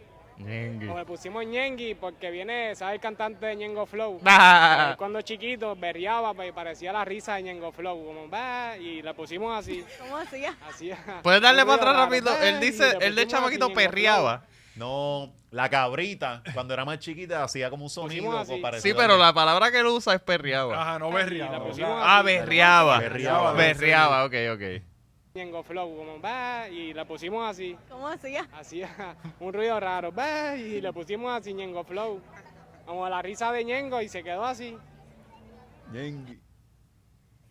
S6: O le pusimos Ñengui porque viene, ¿sabes el cantante de Ñengo Flow?
S3: Ah.
S6: Él Cuando chiquito berriaba pues, y parecía la risa de Ñengo Flow, como "Bah", y le pusimos así.
S7: ¿Cómo hacía?
S6: así [laughs]
S3: [laughs] Puedes darle
S6: Muy
S3: para atrás
S6: raro,
S3: rápido.
S6: "Bah",
S3: Él
S6: y
S3: dice,
S6: le
S3: él de
S6: pusimos así,
S3: chamaquito
S6: Ñengo Flow.
S3: perreaba.
S2: No, la cabrita, cuando era más chiquita, hacía como un sonido.
S6: Pusimos así.
S2: como parecido
S3: Sí,
S2: a-
S3: pero la palabra que él usa es perreaba.
S1: Ajá, no
S6: Y la
S1: berriado.
S6: pusimos
S3: Ah,
S6: así,
S3: berreaba.
S2: Berreaba.
S3: Berreaba, ok, ok.
S6: Ñengo Flow, como "Bah", y le pusimos así.
S7: ¿Cómo hacía?
S6: hacía [laughs] un ruido raro, "Bah", y le pusimos así Ñengo Flow, como la risa de Ñengo y se quedó así.
S1: [laughs]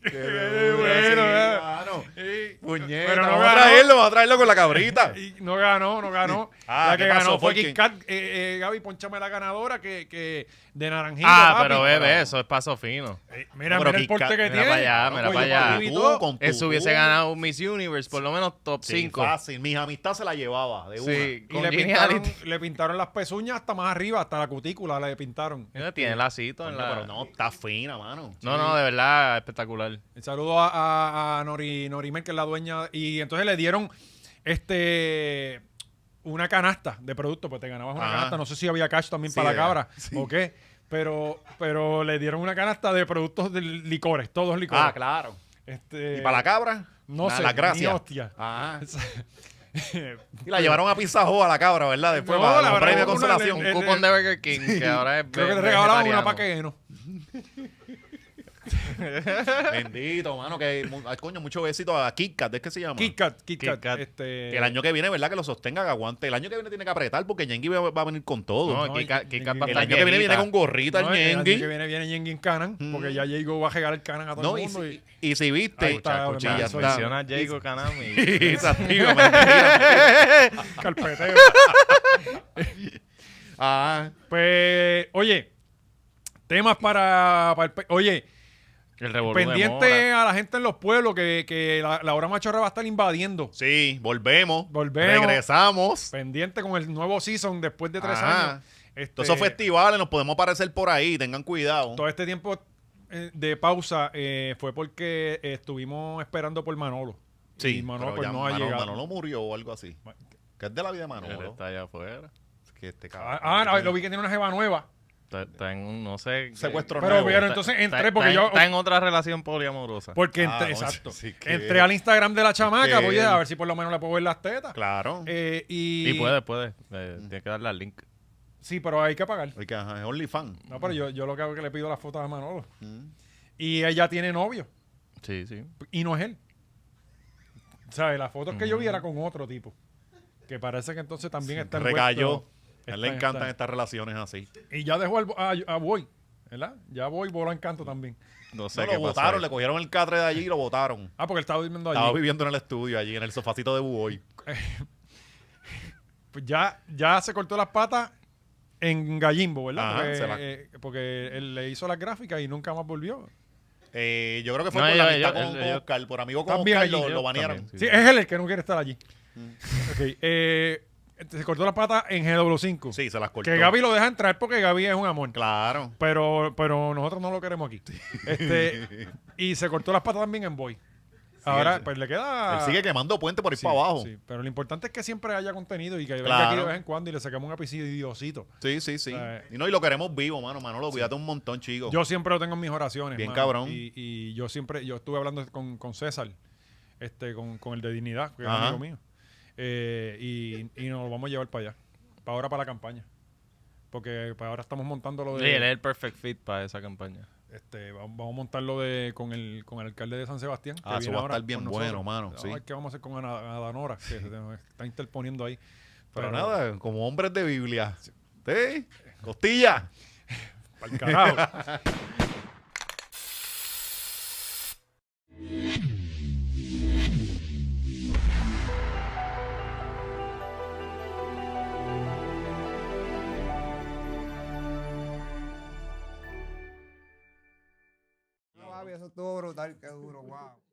S2: Qué duro,
S1: bueno,
S2: sí,
S1: eh.
S2: mano.
S1: Y-
S2: Puñeta,
S1: pero no
S2: vamos a
S1: ganó.
S2: traerlo, vamos a traerlo con
S1: [laughs]
S2: la cabrita.
S1: Y no ganó, no ganó.
S2: [laughs] Ah,
S1: la que
S2: ¿qué pasó?
S1: ganó fue
S2: ¿Fue quién?
S1: Kiskat. Eh, eh, Gaby, ponchame la ganadora que, que de naranjita.
S3: Ah,
S1: papi.
S3: pero bebe, eso es paso fino.
S1: Eh, mira, mira
S2: Pero
S1: el
S2: Kit Kat,
S1: porte que
S3: mira
S1: tiene.
S3: pa'
S1: No,
S3: allá, mira
S1: coño,
S3: pa' allá.
S1: papi,
S2: Tú,
S1: todo.
S2: con tu-
S3: Eso hubiese
S2: tú.
S3: ganado Miss Universe, por lo menos top
S2: Uh. Sí,
S3: 5.
S2: fácil. Mis amistades se la llevaba de una.
S3: Sí,
S1: Y le
S3: con
S1: pintaron,
S3: geniality.
S1: le pintaron las pezuñas hasta más arriba, hasta la cutícula le pintaron.
S3: Mira, Tiene lacito
S2: Coño,
S3: en la...
S2: Pero no, está fina, mano.
S3: No, no, de verdad, espectacular.
S1: El saludo a, a, a Nori, Norimel, que es la dueña. Y entonces le dieron este una canasta de productos, pues te ganabas una
S2: Ajá.
S1: canasta. No sé si había cash también
S2: Ah. Sí,
S1: para la
S2: era.
S1: cabra o qué. Pero, pero le dieron una canasta de productos de licores, todos licores.
S2: Ah, claro.
S1: Este,
S2: ¿Y para la cabra?
S1: No
S2: Nada,
S1: sé,
S2: La gracia.
S1: ni hostia. [laughs]
S2: Ah. Y la llevaron a Pizza Hut a la cabra, ¿verdad? Después
S1: No,
S2: para
S1: la
S2: los
S1: habrá
S2: premios de
S1: una-
S2: consolación.
S1: Eh,
S3: Un cupón de Burger King, que ahora es
S1: [laughs] Creo que
S3: ve-
S1: le regalaban una
S3: vegetariano.
S1: pa' que no.
S2: Bendito, mano, que mu- ay, coño, mucho besito a Kit Kat, ¿es que se llama?
S1: Kit Kat, Kit
S3: Kit
S1: Kat,
S3: Kat.
S1: Este,
S2: Que el año que viene, ¿verdad? Que lo sostenga, que aguante. El año que viene tiene que apretar porque Yengi va, va a venir con todo.
S3: No,
S1: No,
S3: Kit Kat- Kit Kat
S1: el
S3: va
S2: el
S3: a estar
S2: año que viene viene con
S3: viejita.
S2: gorrita
S1: no, el
S2: el
S1: año que
S2: Yengi.
S1: viene viene Yengi en Canan, porque ya Jago va a regalar el Canan a todo
S2: Mm. No,
S1: el
S2: y
S1: mundo.
S2: si,
S1: y-
S2: y si
S1: Ahí
S2: viste.
S1: está,
S2: Chacho,
S1: hermano,
S2: ya
S1: eso
S2: está. [laughs]
S3: Menciona a Jacob Kanami.
S2: Y se activa,
S3: [laughs]
S2: mentira.
S1: Carpeteo.
S2: Ah,
S1: pues, oye, temas para. para el pe- oye,
S3: El revolú de
S1: pendiente
S3: Mora.
S1: a la gente en los pueblos que, que la, la hora machorra va a estar invadiendo.
S2: sí, volvemos.
S1: Volvemos.
S2: Regresamos.
S1: Pendiente con el nuevo season después de tres
S2: Ajá.
S1: años. Este,
S2: Todos esos festivales nos podemos aparecer por ahí, tengan cuidado.
S1: todo este tiempo eh, de pausa eh, fue porque eh, estuvimos esperando por Manolo. y Manolo
S2: pero
S1: pues,
S2: ya
S1: no ha
S2: Manolo-
S1: llegado.
S2: Manolo murió o algo así.
S1: Ma-
S2: ¿Qué es de la vida de
S3: Él
S2: Manolo?
S3: está allá afuera.
S2: Es que este cabrón-
S1: Ah, ah, no, lo vi que tiene una jeva nueva.
S3: Está, está en un, no sé. eh,
S2: Secuestro
S1: Pero
S2: nuevo.
S1: vieron, entonces
S3: Está-
S1: entré
S3: está-
S1: porque
S3: está
S1: yo. Pues,
S3: en- Está en otra relación poliamorosa.
S1: Porque
S2: Ah,
S1: entré,
S2: no,
S1: exacto.
S2: sí que-
S1: entré al Instagram de la chamaca,
S2: que-
S1: voy a ver si por lo menos le puedo ver las tetas.
S2: Claro.
S1: Eh, y,
S3: Y puede, puede. Eh, tiene que darle al link.
S1: Sí, pero hay que pagar.
S2: Oye, que, ajá, es OnlyFans.
S1: No, pero yo, yo lo que hago es que le pido las fotos a Manolo.
S2: Mm.
S1: Y ella tiene novio.
S3: Sí, sí.
S1: Y no es él. ¿Sabes? Las fotos que yo vi era con otro tipo. Que parece que entonces también está envuelto.
S2: Recayó. A
S1: Está-
S2: él le encantan
S1: está-
S2: estas relaciones así.
S1: Y ya dejó al, a, a Boy, ¿verdad? Ya Boy voló encanto también.
S3: No
S2: No,
S3: sé qué
S2: lo
S3: pasó
S2: votaron,
S3: ahí.
S2: le cogieron el catre de allí y lo votaron.
S1: Ah, porque él estaba durmiendo
S2: Estaba
S1: allí.
S2: viviendo en el estudio allí, en el sofacito de Buboy.
S1: Pues ya, ya se cortó las patas en Gallimbo, ¿verdad?
S2: Ajá,
S1: porque,
S2: se la-
S1: eh, porque él le hizo las gráficas y nunca más volvió.
S2: Eh, yo creo que fue
S3: No,
S2: por la
S3: ellos-
S2: amistad
S3: ellos-
S2: con, con
S3: ellos-
S2: Oscar, por amigo con
S1: También
S2: Oscar
S1: allí,
S2: lo, lo
S3: ellos
S2: banearon.
S3: también,
S2: Mm.
S1: Sí, es él el que no quiere estar allí. Ok, eh, se cortó las patas en GW5.
S2: Sí, se las cortó.
S1: que Gaby lo deja entrar porque Gaby es un amor.
S2: Claro.
S1: Pero, pero nosotros no lo queremos aquí. Este,
S2: [laughs]
S1: y se cortó las patas también en Boy. Ahora,
S2: él-
S1: pues le queda.
S2: Él sigue quemando puente por ir
S1: Sí,
S2: para abajo.
S1: sí, pero lo importante es que siempre haya contenido y que venga
S2: Claro.
S1: aquí de vez en cuando y le saquemos un episodiosito.
S2: Sí, sí, sí.
S1: Eh.
S2: Y no, y lo queremos vivo, mano. Manolo, cuídate un montón, chico.
S1: Yo siempre lo tengo en mis oraciones.
S2: Bien
S1: mano.
S2: cabrón.
S1: Y, y yo siempre, yo estuve hablando con, con César, este, con, con el de dignidad, que es
S2: Ajá.
S1: amigo mío. Eh, y, y nos lo vamos a llevar para allá. Para ahora para la campaña. Porque para ahora estamos montando lo de.
S3: Sí, él es el perfect fit para esa campaña.
S1: Este, vamos, vamos a montar lo de con el, con el alcalde de San Sebastián. que
S2: Ah, eso
S1: viene
S2: va a
S1: ahora
S2: estar bien
S1: con
S2: bueno,
S1: nosotros.
S2: mano,
S1: Vamos
S2: sí.
S1: a ver qué vamos a hacer con Ana- Adanora, que se nos está interponiendo ahí.
S2: pero, nada, como hombres de Biblia. ¿Sí? Costilla.
S1: Pa'l carajo.
S7: Eso estuvo brutal, qué duro, wow.